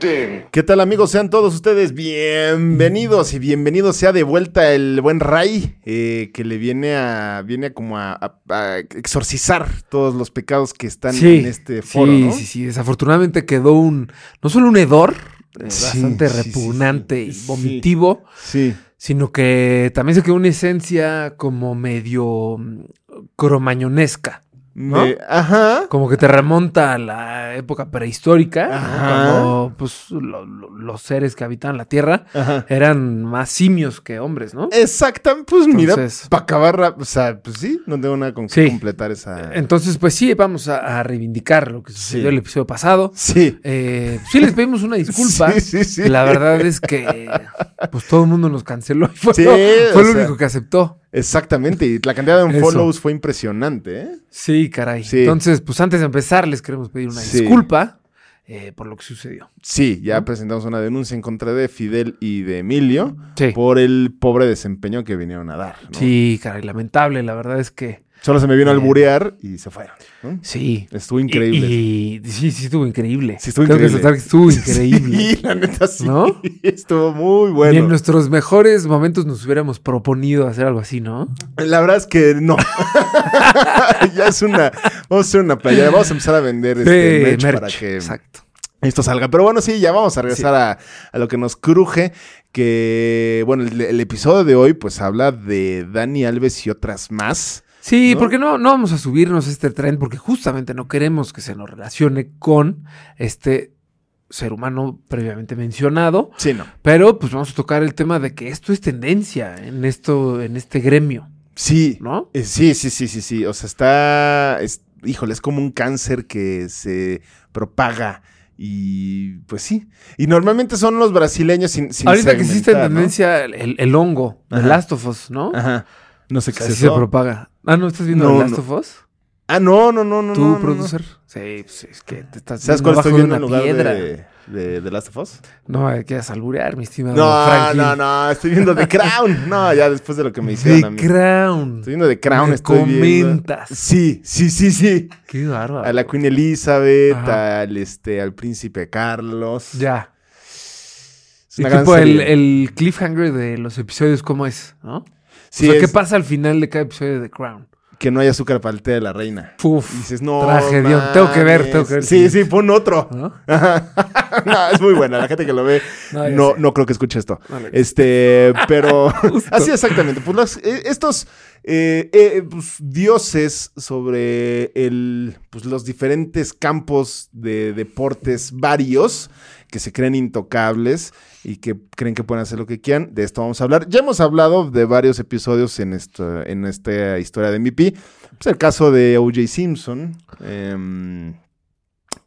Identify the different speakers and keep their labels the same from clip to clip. Speaker 1: ding.
Speaker 2: ¿Qué tal amigos? Sean todos ustedes bienvenidos y bienvenidos sea de vuelta el buen Ray, eh, que le viene a, viene a como a, a- a exorcizar todos los pecados que están en este foro,
Speaker 3: sí,
Speaker 2: ¿no?
Speaker 3: sí, sí. Desafortunadamente quedó un, no solo un hedor, eh,
Speaker 2: Sí,
Speaker 3: bastante
Speaker 2: sí, sí, sí.
Speaker 3: repugnante
Speaker 2: Sí.
Speaker 3: y vomitivo,
Speaker 2: Sí.
Speaker 3: sino que también se quedó una esencia como medio mm, cromañonesca. ¿No?
Speaker 2: De- ajá.
Speaker 3: Como que te remonta a la época prehistórica, ¿no?
Speaker 2: Ajá.
Speaker 3: cuando pues, lo- lo- los seres que habitaban la Tierra
Speaker 2: Ajá.
Speaker 3: eran más simios que hombres, ¿no?
Speaker 2: Exactamente. Pues
Speaker 3: Entonces-
Speaker 2: mira, para acabar, rap- o sea, pues sí, no tengo nada con que
Speaker 3: Sí.
Speaker 2: completar esa.
Speaker 3: Entonces, pues sí, vamos a, a reivindicar lo que sucedió
Speaker 2: Sí.
Speaker 3: el episodio pasado.
Speaker 2: sí.
Speaker 3: Eh, sí les pedimos una disculpa.
Speaker 2: Sí, sí, sí.
Speaker 3: La verdad es que pues todo el mundo nos canceló. y Fue,
Speaker 2: Sí,
Speaker 3: fue lo
Speaker 2: o sea.
Speaker 3: único que aceptó.
Speaker 2: Exactamente. Y la cantidad de
Speaker 3: Eso.
Speaker 2: follows fue impresionante, ¿eh?
Speaker 3: Sí, caray.
Speaker 2: Sí.
Speaker 3: Entonces, pues antes de empezar, les queremos pedir una
Speaker 2: Sí.
Speaker 3: disculpa eh, por lo que sucedió.
Speaker 2: Sí, ya presentamos una denuncia en contra de Fidel y de Emilio
Speaker 3: Sí.
Speaker 2: por el pobre desempeño que vinieron a dar. ¿no?
Speaker 3: Sí, caray, lamentable. La verdad es que
Speaker 2: Solo se me vino a
Speaker 3: Eh.
Speaker 2: alburear y se fueron. ¿no?
Speaker 3: sí.
Speaker 2: Estuvo increíble.
Speaker 3: Y, y- sí, sí, estuvo increíble.
Speaker 2: Sí, estuvo
Speaker 3: Tengo que
Speaker 2: increíble.
Speaker 3: aceptar que estuvo increíble.
Speaker 2: Sí, la neta sí.
Speaker 3: ¿No?
Speaker 2: Estuvo muy
Speaker 3: Ni
Speaker 2: bueno.
Speaker 3: en nuestros mejores momentos nos hubiéramos proponido hacer algo así, ¿no?
Speaker 2: La verdad es que no. ya es una. Vamos a hacer una playa. Vamos a empezar a vender este
Speaker 3: Sí,
Speaker 2: merch
Speaker 3: merch,
Speaker 2: para que
Speaker 3: Exacto.
Speaker 2: esto salga. Pero bueno, sí, ya vamos a regresar a, a lo que nos cruje. Que bueno, el, el episodio de hoy pues habla de Dani Alves y otras más.
Speaker 3: Sí,
Speaker 2: ¿no?
Speaker 3: porque no, no vamos a subirnos a este tren porque justamente no queremos que se nos relacione con este ser humano previamente mencionado,
Speaker 2: Sí, no.
Speaker 3: pero pues vamos a tocar el tema de que esto es tendencia en esto, en este gremio,
Speaker 2: Sí.
Speaker 3: ¿no?
Speaker 2: Eh, Sí, sí, sí, sí, sí. O sea, está. es- híjole, es como un cáncer que se propaga. Y pues sí. Y normalmente son los brasileños sin. sin
Speaker 3: Ahorita que existe en
Speaker 2: segmentar, ¿no?
Speaker 3: tendencia el, el hongo,
Speaker 2: Ajá.
Speaker 3: el Last of Us, ¿no?
Speaker 2: Ajá. No sé qué
Speaker 3: Así
Speaker 2: es
Speaker 3: se
Speaker 2: eso.
Speaker 3: propaga. Ah, ¿no estás viendo
Speaker 2: No,
Speaker 3: el Last
Speaker 2: no.
Speaker 3: of Us?
Speaker 2: ah, no, no, no, no.
Speaker 3: ¿Tú,
Speaker 2: no, no, no.
Speaker 3: producer? Sí, pues es que te estás
Speaker 2: ¿Sabes
Speaker 3: viendo
Speaker 2: cuál estoy
Speaker 3: abajo
Speaker 2: viendo en
Speaker 3: una
Speaker 2: lugar
Speaker 3: piedra.
Speaker 2: de, de, de Last of Us?
Speaker 3: No, eh, quieras alburear, mi estimado
Speaker 2: No,
Speaker 3: Franklin.
Speaker 2: no, no. Estoy viendo The Crown. No, ya después de lo que me hicieron a
Speaker 3: The
Speaker 2: mí.
Speaker 3: Crown.
Speaker 2: Estoy viendo The Crown.
Speaker 3: Me
Speaker 2: estoy viendo-
Speaker 3: comentas.
Speaker 2: Sí, sí, sí, sí.
Speaker 3: Qué bárbaro.
Speaker 2: A la Queen Elizabeth,
Speaker 3: Ajá.
Speaker 2: al, este, al príncipe Carlos.
Speaker 3: Ya.
Speaker 2: Es
Speaker 3: Y
Speaker 2: una gran
Speaker 3: tipo el,
Speaker 2: serie.
Speaker 3: el cliffhanger de los episodios, ¿cómo es? ¿No?
Speaker 2: Sí,
Speaker 3: o sea, ¿qué
Speaker 2: es
Speaker 3: pasa al final de cada episodio de The Crown?
Speaker 2: que no hay azúcar para el té de la reina.
Speaker 3: Puf.
Speaker 2: Y dices, no.
Speaker 3: Tragedión. Tengo que ver,
Speaker 2: mames.
Speaker 3: tengo que ver.
Speaker 2: Sí, sí, pon otro.
Speaker 3: ¿No?
Speaker 2: No, es muy buena. La gente que lo ve
Speaker 3: No,
Speaker 2: no,
Speaker 3: ya
Speaker 2: no,
Speaker 3: sé.
Speaker 2: creo que escuche esto.
Speaker 3: No le-
Speaker 2: Este, pero así exactamente. Pues las- eh, estos eh, eh, pues, dioses sobre el, pues, los diferentes campos de deportes varios que se creen intocables y que creen que pueden hacer lo que quieran. De esto vamos a hablar. Ya hemos hablado de varios episodios en, esto, en esta historia de MVP. Pues el caso de O.J. Simpson. em,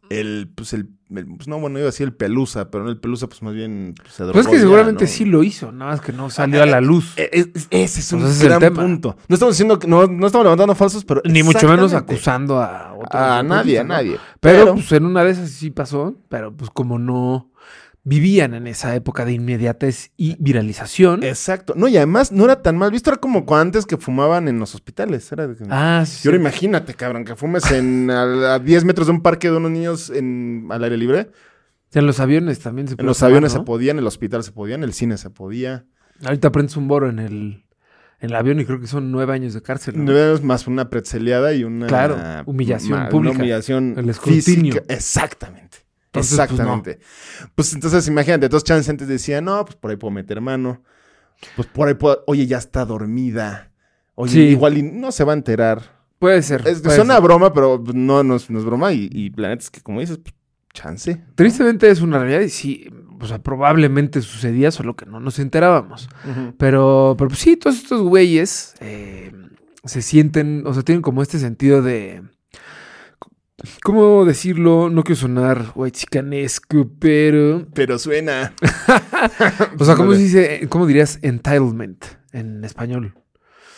Speaker 2: el, pues el, el- pues no, bueno, iba a decir el pelusa, pero no el pelusa, pues más bien pues, se drogó.
Speaker 3: Pues es que
Speaker 2: ya,
Speaker 3: seguramente
Speaker 2: ¿no?
Speaker 3: sí lo hizo, nada más que no salió a la luz.
Speaker 2: E- e- es- ese es un
Speaker 3: Pues ese es el
Speaker 2: gran
Speaker 3: tema.
Speaker 2: punto. No estamos diciendo que no, no estamos levantando falsos, pero.
Speaker 3: Ni mucho menos
Speaker 2: exactamente.
Speaker 3: acusando a otro.
Speaker 2: A nadie, a
Speaker 3: ¿no?
Speaker 2: nadie.
Speaker 3: Pero,
Speaker 2: Pero,
Speaker 3: pues en una de esas sí pasó, pero pues como no vivían en esa época de inmediatez y viralización.
Speaker 2: exacto. No, y además no era tan mal visto, era como cuando antes que fumaban en los hospitales. Era de que-
Speaker 3: Ah,
Speaker 2: Y
Speaker 3: sí.
Speaker 2: ahora imagínate, cabrón, que fumes en, a, a 10 metros de un parque de unos niños en, al aire libre.
Speaker 3: En los aviones también se
Speaker 2: En
Speaker 3: puede
Speaker 2: los
Speaker 3: fumar,
Speaker 2: aviones
Speaker 3: ¿no?
Speaker 2: se podía, en el hospital se podía, en el cine se podía.
Speaker 3: Ahorita prendes un boro en el, en el avión y creo que son nueve años de cárcel. ¿no?
Speaker 2: Debemos más una pretzeleada y una
Speaker 3: Claro, humillación
Speaker 2: una
Speaker 3: pública.
Speaker 2: humillación
Speaker 3: El escrutinio.
Speaker 2: física. Exactamente.
Speaker 3: Entonces, pues,
Speaker 2: Exactamente. Pues, entonces imagínate, dos chances antes decían, no, pues por ahí puedo meter mano. Pues por ahí puedo, oye, ya está dormida. Oye,
Speaker 3: Sí. Pues,
Speaker 2: igual y no se va a enterar.
Speaker 3: Puede ser.
Speaker 2: Es,
Speaker 3: puede
Speaker 2: suena
Speaker 3: ser.
Speaker 2: a broma, pero pues, no, no, es, no es broma. Y, y la neta es que como dices, pues, chance.
Speaker 3: Tristemente es una realidad y sí, o sea, probablemente sucedía, solo que no nos enterábamos. Pero, pero pues sí, todos estos güeyes eh, se sienten, o sea, tienen como este sentido de ¿Cómo decirlo? No quiero sonar whitezicanesco, pero.
Speaker 2: Pero suena.
Speaker 3: O sea, ¿cómo se dice? ¿Cómo dirías entitlement en español?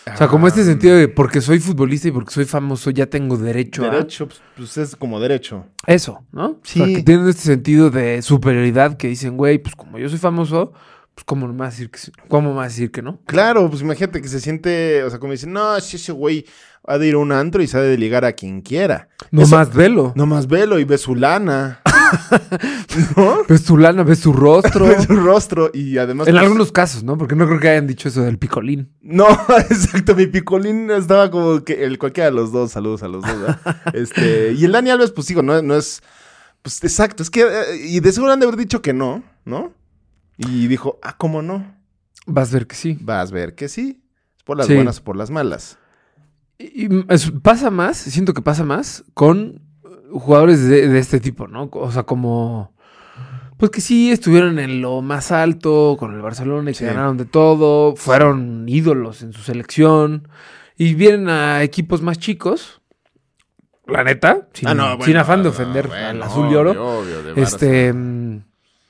Speaker 3: O sea, como
Speaker 2: Ah.
Speaker 3: este sentido de porque soy futbolista y porque soy famoso, ya tengo derecho,
Speaker 2: Derecho, pues, pues es como derecho.
Speaker 3: a eso, ¿no? O sea,
Speaker 2: Sí.
Speaker 3: que tienen este sentido de superioridad que dicen, güey, pues como yo soy famoso, pues cómo no me vas a decir que sí? ¿Cómo me vas a decir que no?
Speaker 2: Claro, pues imagínate que se siente, o sea, como dicen, no, si ese güey ha de ir a un antro y se ha de ligar a quien quiera.
Speaker 3: No
Speaker 2: Eso-
Speaker 3: más velo.
Speaker 2: Nomás velo y ve su lana,
Speaker 3: Ves tu lana, ves tu rostro.
Speaker 2: ve su rostro y además...
Speaker 3: en
Speaker 2: pues,
Speaker 3: algunos casos, ¿no? Porque no creo que hayan dicho eso del picolín.
Speaker 2: No, exacto, mi picolín estaba como que el cualquiera de los dos, saludos a los dos. ¿verdad? este, y el Dani Alves, pues digo, no, no es... Pues exacto, es que... eh, Y de seguro han de haber dicho que no, ¿no? Y dijo, ah, ¿cómo no?
Speaker 3: Vas a ver que sí.
Speaker 2: Vas a ver que sí. Es por las
Speaker 3: Sí.
Speaker 2: buenas o por las malas.
Speaker 3: Y y es- pasa más, siento que pasa más con eh, jugadores de, de este tipo, ¿no? O sea, como. Pues que sí, estuvieron en lo más alto con el Barcelona y
Speaker 2: Sí.
Speaker 3: se ganaron de todo, fueron ídolos en su selección y vienen a equipos más chicos. La neta, sin,
Speaker 2: Ah, no, bueno,
Speaker 3: sin afán de
Speaker 2: ah,
Speaker 3: ofender
Speaker 2: bueno,
Speaker 3: al azul y oro.
Speaker 2: obvio, obvio, de Barça.
Speaker 3: este. mm,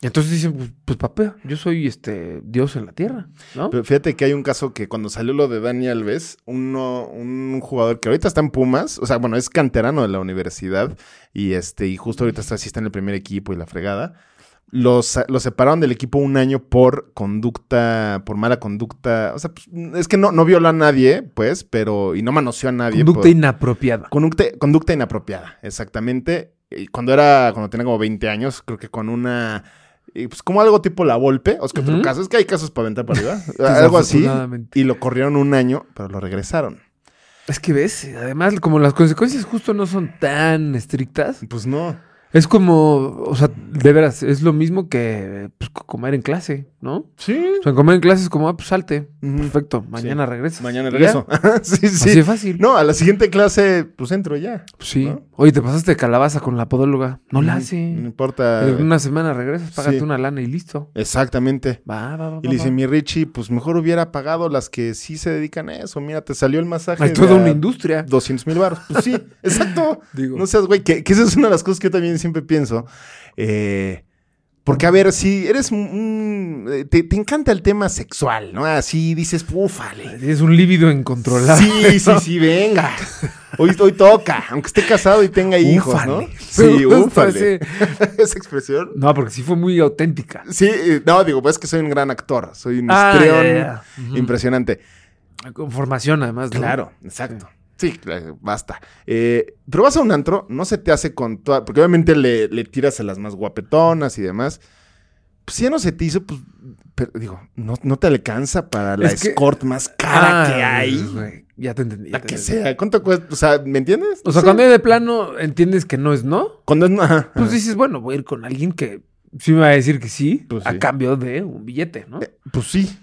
Speaker 3: Y entonces dicen, pues, pues, papá, yo soy este Dios en la tierra, ¿no?
Speaker 2: Pero fíjate que hay un caso que cuando salió lo de Dani Alves, uno, un jugador que ahorita está en Pumas, o sea, bueno, es canterano de la universidad y este, y justo ahorita está, sí está en el primer equipo y la fregada. Los, los separaron del equipo un año por conducta, por mala conducta. O sea, pues, es que no, no violó a nadie, pues, pero. Y no manoseó a nadie.
Speaker 3: Conducta
Speaker 2: por-
Speaker 3: inapropiada.
Speaker 2: Conducta, conducta inapropiada, exactamente. Y Cuando era, cuando tenía como 20 años, creo que con una. eh, Pues como algo tipo la golpe, o es que otro
Speaker 3: Ujú.
Speaker 2: caso, es que hay casos para aventar para arriba, algo así,
Speaker 3: Desafortunadamente.
Speaker 2: y lo corrieron un año, pero lo regresaron.
Speaker 3: Es que ves, además, como las consecuencias justo no son tan estrictas,
Speaker 2: Pues no,
Speaker 3: es como, o sea, de veras, es lo mismo que pues, co- comer en clase, ¿no?
Speaker 2: sí,
Speaker 3: O sea, comer en clase es como, ah, pues salte,
Speaker 2: Ujú.
Speaker 3: perfecto, mañana regresas.
Speaker 2: mañana
Speaker 3: Y
Speaker 2: regreso. sí,
Speaker 3: ya.
Speaker 2: sí.
Speaker 3: Así de fácil.
Speaker 2: No, a la siguiente clase, pues entro ya.
Speaker 3: Pues sí.
Speaker 2: ¿no?
Speaker 3: Oye, te pasaste de calabaza con la podóloga. No la hace.
Speaker 2: No
Speaker 3: En
Speaker 2: importa.
Speaker 3: Ah, una semana regresas, págate
Speaker 2: Sí.
Speaker 3: una lana y listo.
Speaker 2: Exactamente.
Speaker 3: Va, va, va.
Speaker 2: Y le
Speaker 3: va,
Speaker 2: dice,
Speaker 3: va.
Speaker 2: mi Richie, pues mejor hubiera pagado las que sí se dedican a eso. Mira, te salió el masaje.
Speaker 3: Hay
Speaker 2: de
Speaker 3: toda
Speaker 2: a
Speaker 3: una industria.
Speaker 2: 200 mil baros. Pues sí, exacto.
Speaker 3: Digo.
Speaker 2: No seas güey, que, que esa es una de las cosas que yo también siempre pienso. Eh, porque, a ver, si eres un- un... eh, te, te encanta el tema sexual, ¿no? Así dices, púfale.
Speaker 3: Es un líbido incontrolable.
Speaker 2: Sí, sí, sí, venga. Hoy, hoy toca, aunque esté casado y tenga hijos, ¿no?
Speaker 3: Úfale.
Speaker 2: Sí,
Speaker 3: Me gusta
Speaker 2: úfale.
Speaker 3: ese-
Speaker 2: Esa expresión.
Speaker 3: No, porque sí fue muy auténtica.
Speaker 2: Sí, eh, no, digo, pues es que soy un gran actor. Soy un
Speaker 3: Ah, ya,
Speaker 2: histrión
Speaker 3: ya, ya. Ujú.
Speaker 2: impresionante.
Speaker 3: Con formación, además. ¿no?
Speaker 2: Claro, exacto. Sí, claro, basta. Eh, pero vas a un antro, no se te hace con toda. Porque obviamente le, le tiras a las más guapetonas y demás. Pues si ya no se te hizo, pues. pero, digo, no, no te alcanza para la
Speaker 3: Es que-
Speaker 2: escort más cara
Speaker 3: Ah,
Speaker 2: que hay.
Speaker 3: güey, Ya te entendí. ya
Speaker 2: La
Speaker 3: te
Speaker 2: que
Speaker 3: entendí.
Speaker 2: sea. ¿Cuánto cuesta? O sea, ¿me entiendes?
Speaker 3: O sea,
Speaker 2: Sí.
Speaker 3: cuando hay de plano entiendes que no es no,
Speaker 2: Cuando es. ajá,
Speaker 3: pues
Speaker 2: ajá.
Speaker 3: dices, bueno, voy a ir con alguien que sí me va a decir que sí,
Speaker 2: Pues
Speaker 3: a
Speaker 2: sí.
Speaker 3: cambio de un billete, ¿no?
Speaker 2: Eh, pues sí.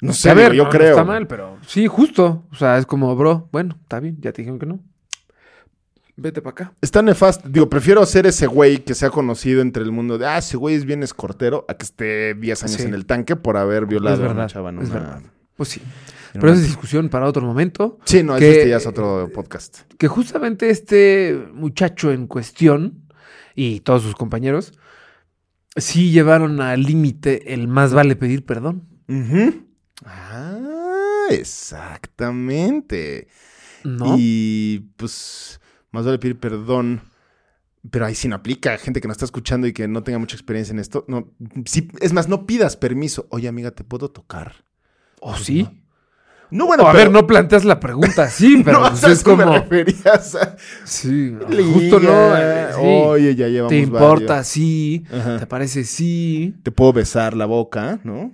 Speaker 2: No
Speaker 3: O
Speaker 2: sé,
Speaker 3: sea, a
Speaker 2: digo,
Speaker 3: ver,
Speaker 2: yo
Speaker 3: no, no
Speaker 2: creo.
Speaker 3: Está mal, pero sí, justo. O sea, es como, bro, bueno, está bien, ya te dijeron que no. Vete para acá.
Speaker 2: Está nefasto. Digo, prefiero ser ese güey que se ha conocido entre el mundo de, ah, ese güey es bien escortero, a que esté 10 años
Speaker 3: Sí.
Speaker 2: en el tanque por haber violado
Speaker 3: es
Speaker 2: a una
Speaker 3: verdad.
Speaker 2: chava en
Speaker 3: es
Speaker 2: una-
Speaker 3: verdad. Pues sí.
Speaker 2: en
Speaker 3: Pero
Speaker 2: una
Speaker 3: esa es discusión para otro momento.
Speaker 2: Sí, no,
Speaker 3: que-
Speaker 2: este ya es otro podcast.
Speaker 3: que justamente este muchacho en cuestión y todos sus compañeros sí llevaron al límite el más vale pedir perdón.
Speaker 2: Ah, exactamente.
Speaker 3: ¿No?
Speaker 2: Y pues, más vale pedir perdón. Pero ahí sí no aplica. Gente que no está escuchando y que no tenga mucha experiencia en esto. No, sí, es más, no pidas permiso. Oye, amiga, ¿te puedo tocar?
Speaker 3: ¿O sí?
Speaker 2: No, bueno,
Speaker 3: Pues O a
Speaker 2: pero-
Speaker 3: ver, no planteas la pregunta sí, pero
Speaker 2: no,
Speaker 3: pues
Speaker 2: ¿sabes
Speaker 3: es
Speaker 2: cómo me
Speaker 3: como.
Speaker 2: referías? A-
Speaker 3: Sí, no,
Speaker 2: Liga.
Speaker 3: justo no. eh, sí.
Speaker 2: Oye, ya llevamos
Speaker 3: ¿Te importa?
Speaker 2: varios.
Speaker 3: Sí.
Speaker 2: Ajá.
Speaker 3: ¿Te parece? Sí.
Speaker 2: Te puedo besar la boca, ¿no?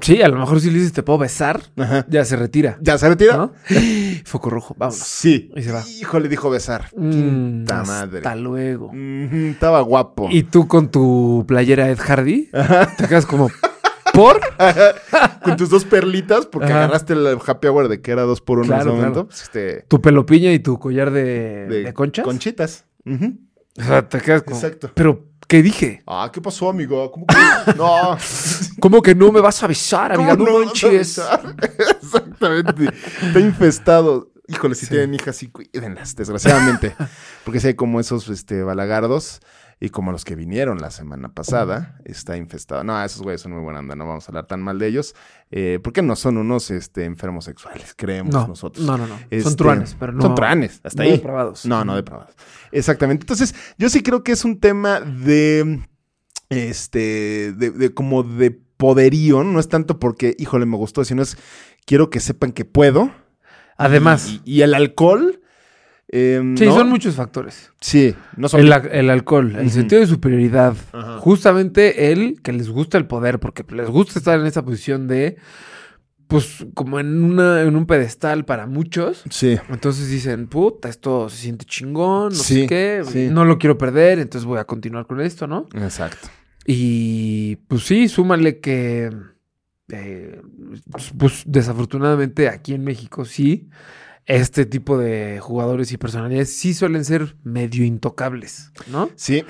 Speaker 3: Sí, a lo mejor si le dices te puedo besar,
Speaker 2: Ajá.
Speaker 3: ya se retira.
Speaker 2: ¿Ya se retira?
Speaker 3: ¿no? Foco rojo, vámonos.
Speaker 2: Sí.
Speaker 3: Y se va.
Speaker 2: Híjole, dijo besar.
Speaker 3: Mm,
Speaker 2: Quinta madre.
Speaker 3: hasta luego.
Speaker 2: Ujú, estaba guapo.
Speaker 3: Y tú con tu playera Ed Hardy, te quedas como, ¿por?
Speaker 2: Con tus dos perlitas, porque
Speaker 3: Ajá.
Speaker 2: agarraste el happy hour de que era dos por uno en
Speaker 3: Claro,
Speaker 2: ese momento.
Speaker 3: claro.
Speaker 2: pues, este,
Speaker 3: Tu pelo piña y tu collar de,
Speaker 2: de
Speaker 3: de conchas.
Speaker 2: Conchitas. Ujú.
Speaker 3: O sea, te quedas como,
Speaker 2: Exacto.
Speaker 3: ¿pero qué dije?
Speaker 2: Ah, ¿qué pasó, amigo? ¿Cómo que? no.
Speaker 3: ¿Cómo que no me vas a besar,
Speaker 2: ¿Cómo
Speaker 3: amiga?
Speaker 2: no
Speaker 3: No,
Speaker 2: vas a
Speaker 3: manches.
Speaker 2: besar? Exactamente. Está infestado. Híjole, si tienen hijas, sí, cuídenlas, desgraciadamente. Porque si hay como esos este, balagardos y como los que vinieron la semana pasada, está infestado. No, esos güeyes son muy buena onda, no vamos a hablar tan mal de ellos. eh, porque no son unos este, enfermos sexuales, creemos
Speaker 3: No,
Speaker 2: nosotros.
Speaker 3: no, no, no. Son
Speaker 2: Este,
Speaker 3: truanes, pero no-
Speaker 2: Son truanes, hasta
Speaker 3: no
Speaker 2: ahí.
Speaker 3: depravados.
Speaker 2: No, no depravados. Exactamente. Entonces, yo sí creo que es un tema de este, de, de como de poderío, no es tanto porque, híjole, me gustó, sino es quiero que sepan que puedo.
Speaker 3: Además,
Speaker 2: Y, y el alcohol. em,
Speaker 3: sí,
Speaker 2: ¿no?
Speaker 3: son muchos factores.
Speaker 2: Sí, no son.
Speaker 3: El, ac- el alcohol, el
Speaker 2: Ujú.
Speaker 3: sentido de superioridad.
Speaker 2: Ajá.
Speaker 3: Justamente el que les gusta el poder, porque les gusta estar en esa posición de, pues, como en, una, en un pedestal para muchos.
Speaker 2: Sí.
Speaker 3: Entonces dicen, puta, esto se siente chingón, no
Speaker 2: Sí,
Speaker 3: sé qué,
Speaker 2: sí.
Speaker 3: no lo quiero perder, entonces voy a continuar con esto, ¿no?
Speaker 2: Exacto.
Speaker 3: Y pues sí, súmale que, eh, pues desafortunadamente aquí en México sí, este tipo de jugadores y personalidades sí suelen ser medio intocables, ¿no?
Speaker 2: Sí.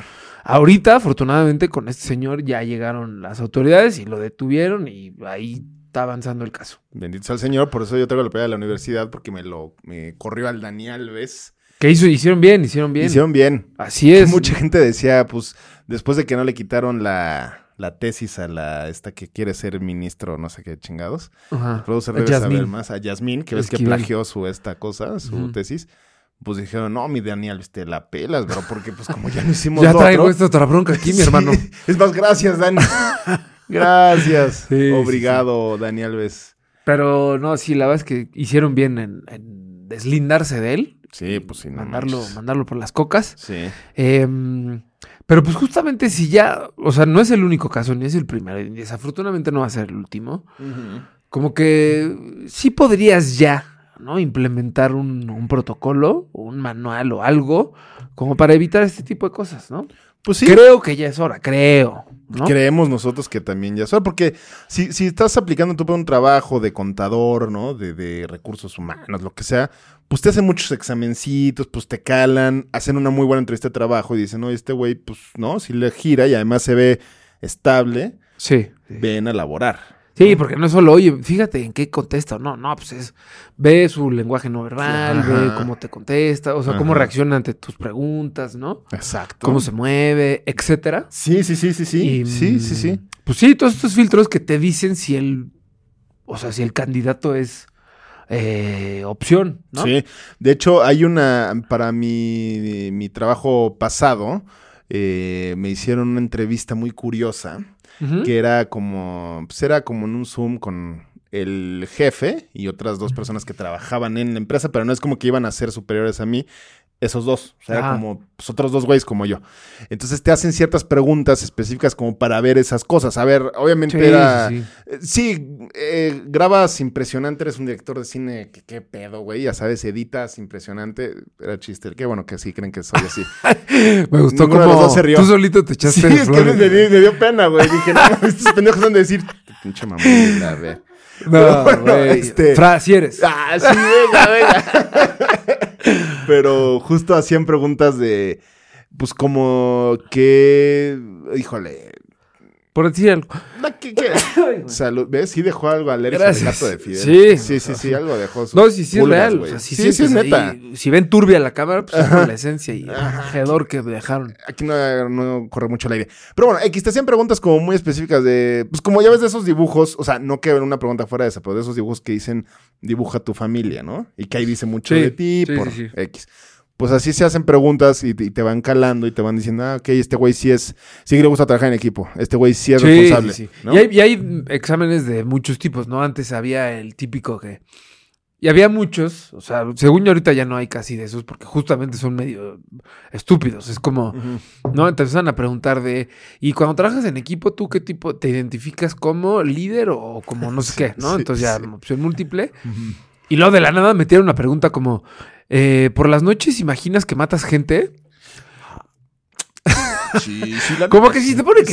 Speaker 3: Ahorita, afortunadamente, con este señor ya llegaron las autoridades y lo detuvieron y ahí está avanzando el caso.
Speaker 2: Bendito sea el Señor, por eso yo traigo la pelea de la universidad, porque me lo me corrió al Daniel, ¿ves?
Speaker 3: ¿Qué hizo? Hicieron bien, hicieron bien.
Speaker 2: Hicieron bien.
Speaker 3: Así es.
Speaker 2: Mucha gente decía, pues, después de que no le quitaron la, la tesis a la esta que quiere ser ministro, no sé qué chingados.
Speaker 3: Ajá.
Speaker 2: producer
Speaker 3: A
Speaker 2: debe saber
Speaker 3: Yasmín.
Speaker 2: más a Yasmín, que ves que
Speaker 3: Esquivel.
Speaker 2: plagió su esta cosa, su
Speaker 3: Ujú.
Speaker 2: tesis. Pues dijeron, no, mi Daniel, te la pelas, bro, porque pues como ya no hicimos
Speaker 3: Ya
Speaker 2: lo
Speaker 3: traigo
Speaker 2: otro".
Speaker 3: esta otra bronca aquí, mi
Speaker 2: Sí.
Speaker 3: hermano.
Speaker 2: Es más, gracias, Dani. gracias.
Speaker 3: Sí, sí,
Speaker 2: Obrigado, Dani Alves.
Speaker 3: Pero no, sí, la verdad es que hicieron bien en, en deslindarse de él,
Speaker 2: Sí, pues sí, no
Speaker 3: mandarlo,
Speaker 2: manches.
Speaker 3: mandarlo por las cocas.
Speaker 2: Sí.
Speaker 3: Em, pero pues justamente si ya, o sea, no es el único caso, ni es el primero, y desafortunadamente no va a ser el último. Como que sí podrías ya, ¿no? Implementar un, un protocolo, un manual o algo, como para evitar este tipo de cosas, ¿no?
Speaker 2: Pues sí.
Speaker 3: Creo que ya es hora, creo. ¿no?
Speaker 2: Creemos nosotros que también ya son, porque si, si estás aplicando tú para un trabajo de contador, ¿no? De, de recursos humanos, lo que sea, pues te hacen muchos examencitos, pues te calan, hacen una muy buena entrevista de trabajo y dicen, oye, este güey, pues, ¿no? Si le gira y además se ve estable,
Speaker 3: Sí.
Speaker 2: ven a laborar.
Speaker 3: Sí, porque no es solo, oye, fíjate en qué contesta. No, no, pues es, ve su lenguaje no verbal,
Speaker 2: Ajá.
Speaker 3: ve cómo te contesta, o sea, cómo
Speaker 2: Ajá.
Speaker 3: reacciona ante tus preguntas, ¿no?
Speaker 2: Exacto.
Speaker 3: Cómo se mueve, etcétera.
Speaker 2: Sí, sí, sí, sí, sí.
Speaker 3: Y,
Speaker 2: sí, sí, sí.
Speaker 3: mm, Pues sí, todos estos filtros que te dicen si el, o sea, si el candidato es eh, opción, ¿no?
Speaker 2: Sí. De hecho, hay una. Para mi, mi trabajo pasado, eh, me hicieron una entrevista muy curiosa.
Speaker 3: Ujú.
Speaker 2: que era como, pues era como en un Zoom con el jefe y otras dos personas que trabajaban en la empresa, pero no es como que iban a ser superiores a mí esos dos, o sea, era
Speaker 3: Ah.
Speaker 2: como pues, otros dos güeyes como yo. Entonces te hacen ciertas preguntas específicas como para ver esas cosas. A ver, obviamente
Speaker 3: Sí,
Speaker 2: era...
Speaker 3: sí, sí.
Speaker 2: Eh, Sí, eh, grabas impresionante, eres un director de cine, que qué pedo, güey, ya sabes, editas impresionante, era chiste, qué bueno que sí, creen que soy así.
Speaker 3: Me gustó
Speaker 2: ninguno de los
Speaker 3: como
Speaker 2: dos se rió.
Speaker 3: tú solito te echaste
Speaker 2: Sí,
Speaker 3: de
Speaker 2: es que me,
Speaker 3: flores.
Speaker 2: me dio- me dio pena, güey. Dije, no, mames, estos pendejos han de decir, "Qué pinche mamón, güey, la ve. Pero
Speaker 3: No,
Speaker 2: bueno,
Speaker 3: güey.
Speaker 2: este-
Speaker 3: Fra, si eres.
Speaker 2: Ah, sí, venga, venga. Pero justo hacían preguntas de, pues como que, híjole,
Speaker 3: Por decir algo.
Speaker 2: la que- que- Salud, ¿ves? Sí dejó algo al Eric el
Speaker 3: Gracias.
Speaker 2: gato de Fidel. sí,
Speaker 3: Sí.
Speaker 2: sí, sí, algo dejó. sus
Speaker 3: No, si sí es
Speaker 2: pulgas,
Speaker 3: real. o
Speaker 2: güey.
Speaker 3: sea, si
Speaker 2: sí, sí, es
Speaker 3: sientes ahí-
Speaker 2: neta.
Speaker 3: si ven turbia la cámara, pues es por la esencia y el hedor que dejaron.
Speaker 2: aquí no, no corre mucho el aire. Pero bueno, X, te hacían preguntas como muy específicas de, pues como ya ves de esos dibujos, o sea, no que una pregunta fuera de esa, pero de esos dibujos que dicen dibuja tu familia, ¿no? Y que ahí dice mucho
Speaker 3: Sí,
Speaker 2: de ti
Speaker 3: sí,
Speaker 2: por
Speaker 3: sí, sí.
Speaker 2: X. Pues así se hacen preguntas y, te- y te van calando y te van diciendo, ah, ok, este güey sí es, sí le gusta trabajar en equipo, este güey sí es responsable.
Speaker 3: sí, sí.
Speaker 2: ¿no?
Speaker 3: Y, hay, y hay, mm, exámenes de muchos tipos, ¿no? Antes había el típico que. Y había muchos, o sea, según yo ahorita ya no hay casi de esos porque justamente son medio estúpidos. Es como, ¿no? Te empiezan a preguntar de, y cuando trabajas en equipo, ¿tú qué tipo te identificas como líder o como no sé qué, ¿no?
Speaker 2: sí,
Speaker 3: Entonces ya
Speaker 2: sí.
Speaker 3: opción múltiple. Y luego de la nada metieron una pregunta como, eh, ¿por las noches imaginas que matas gente?
Speaker 2: Ah,
Speaker 3: Como que si te pone que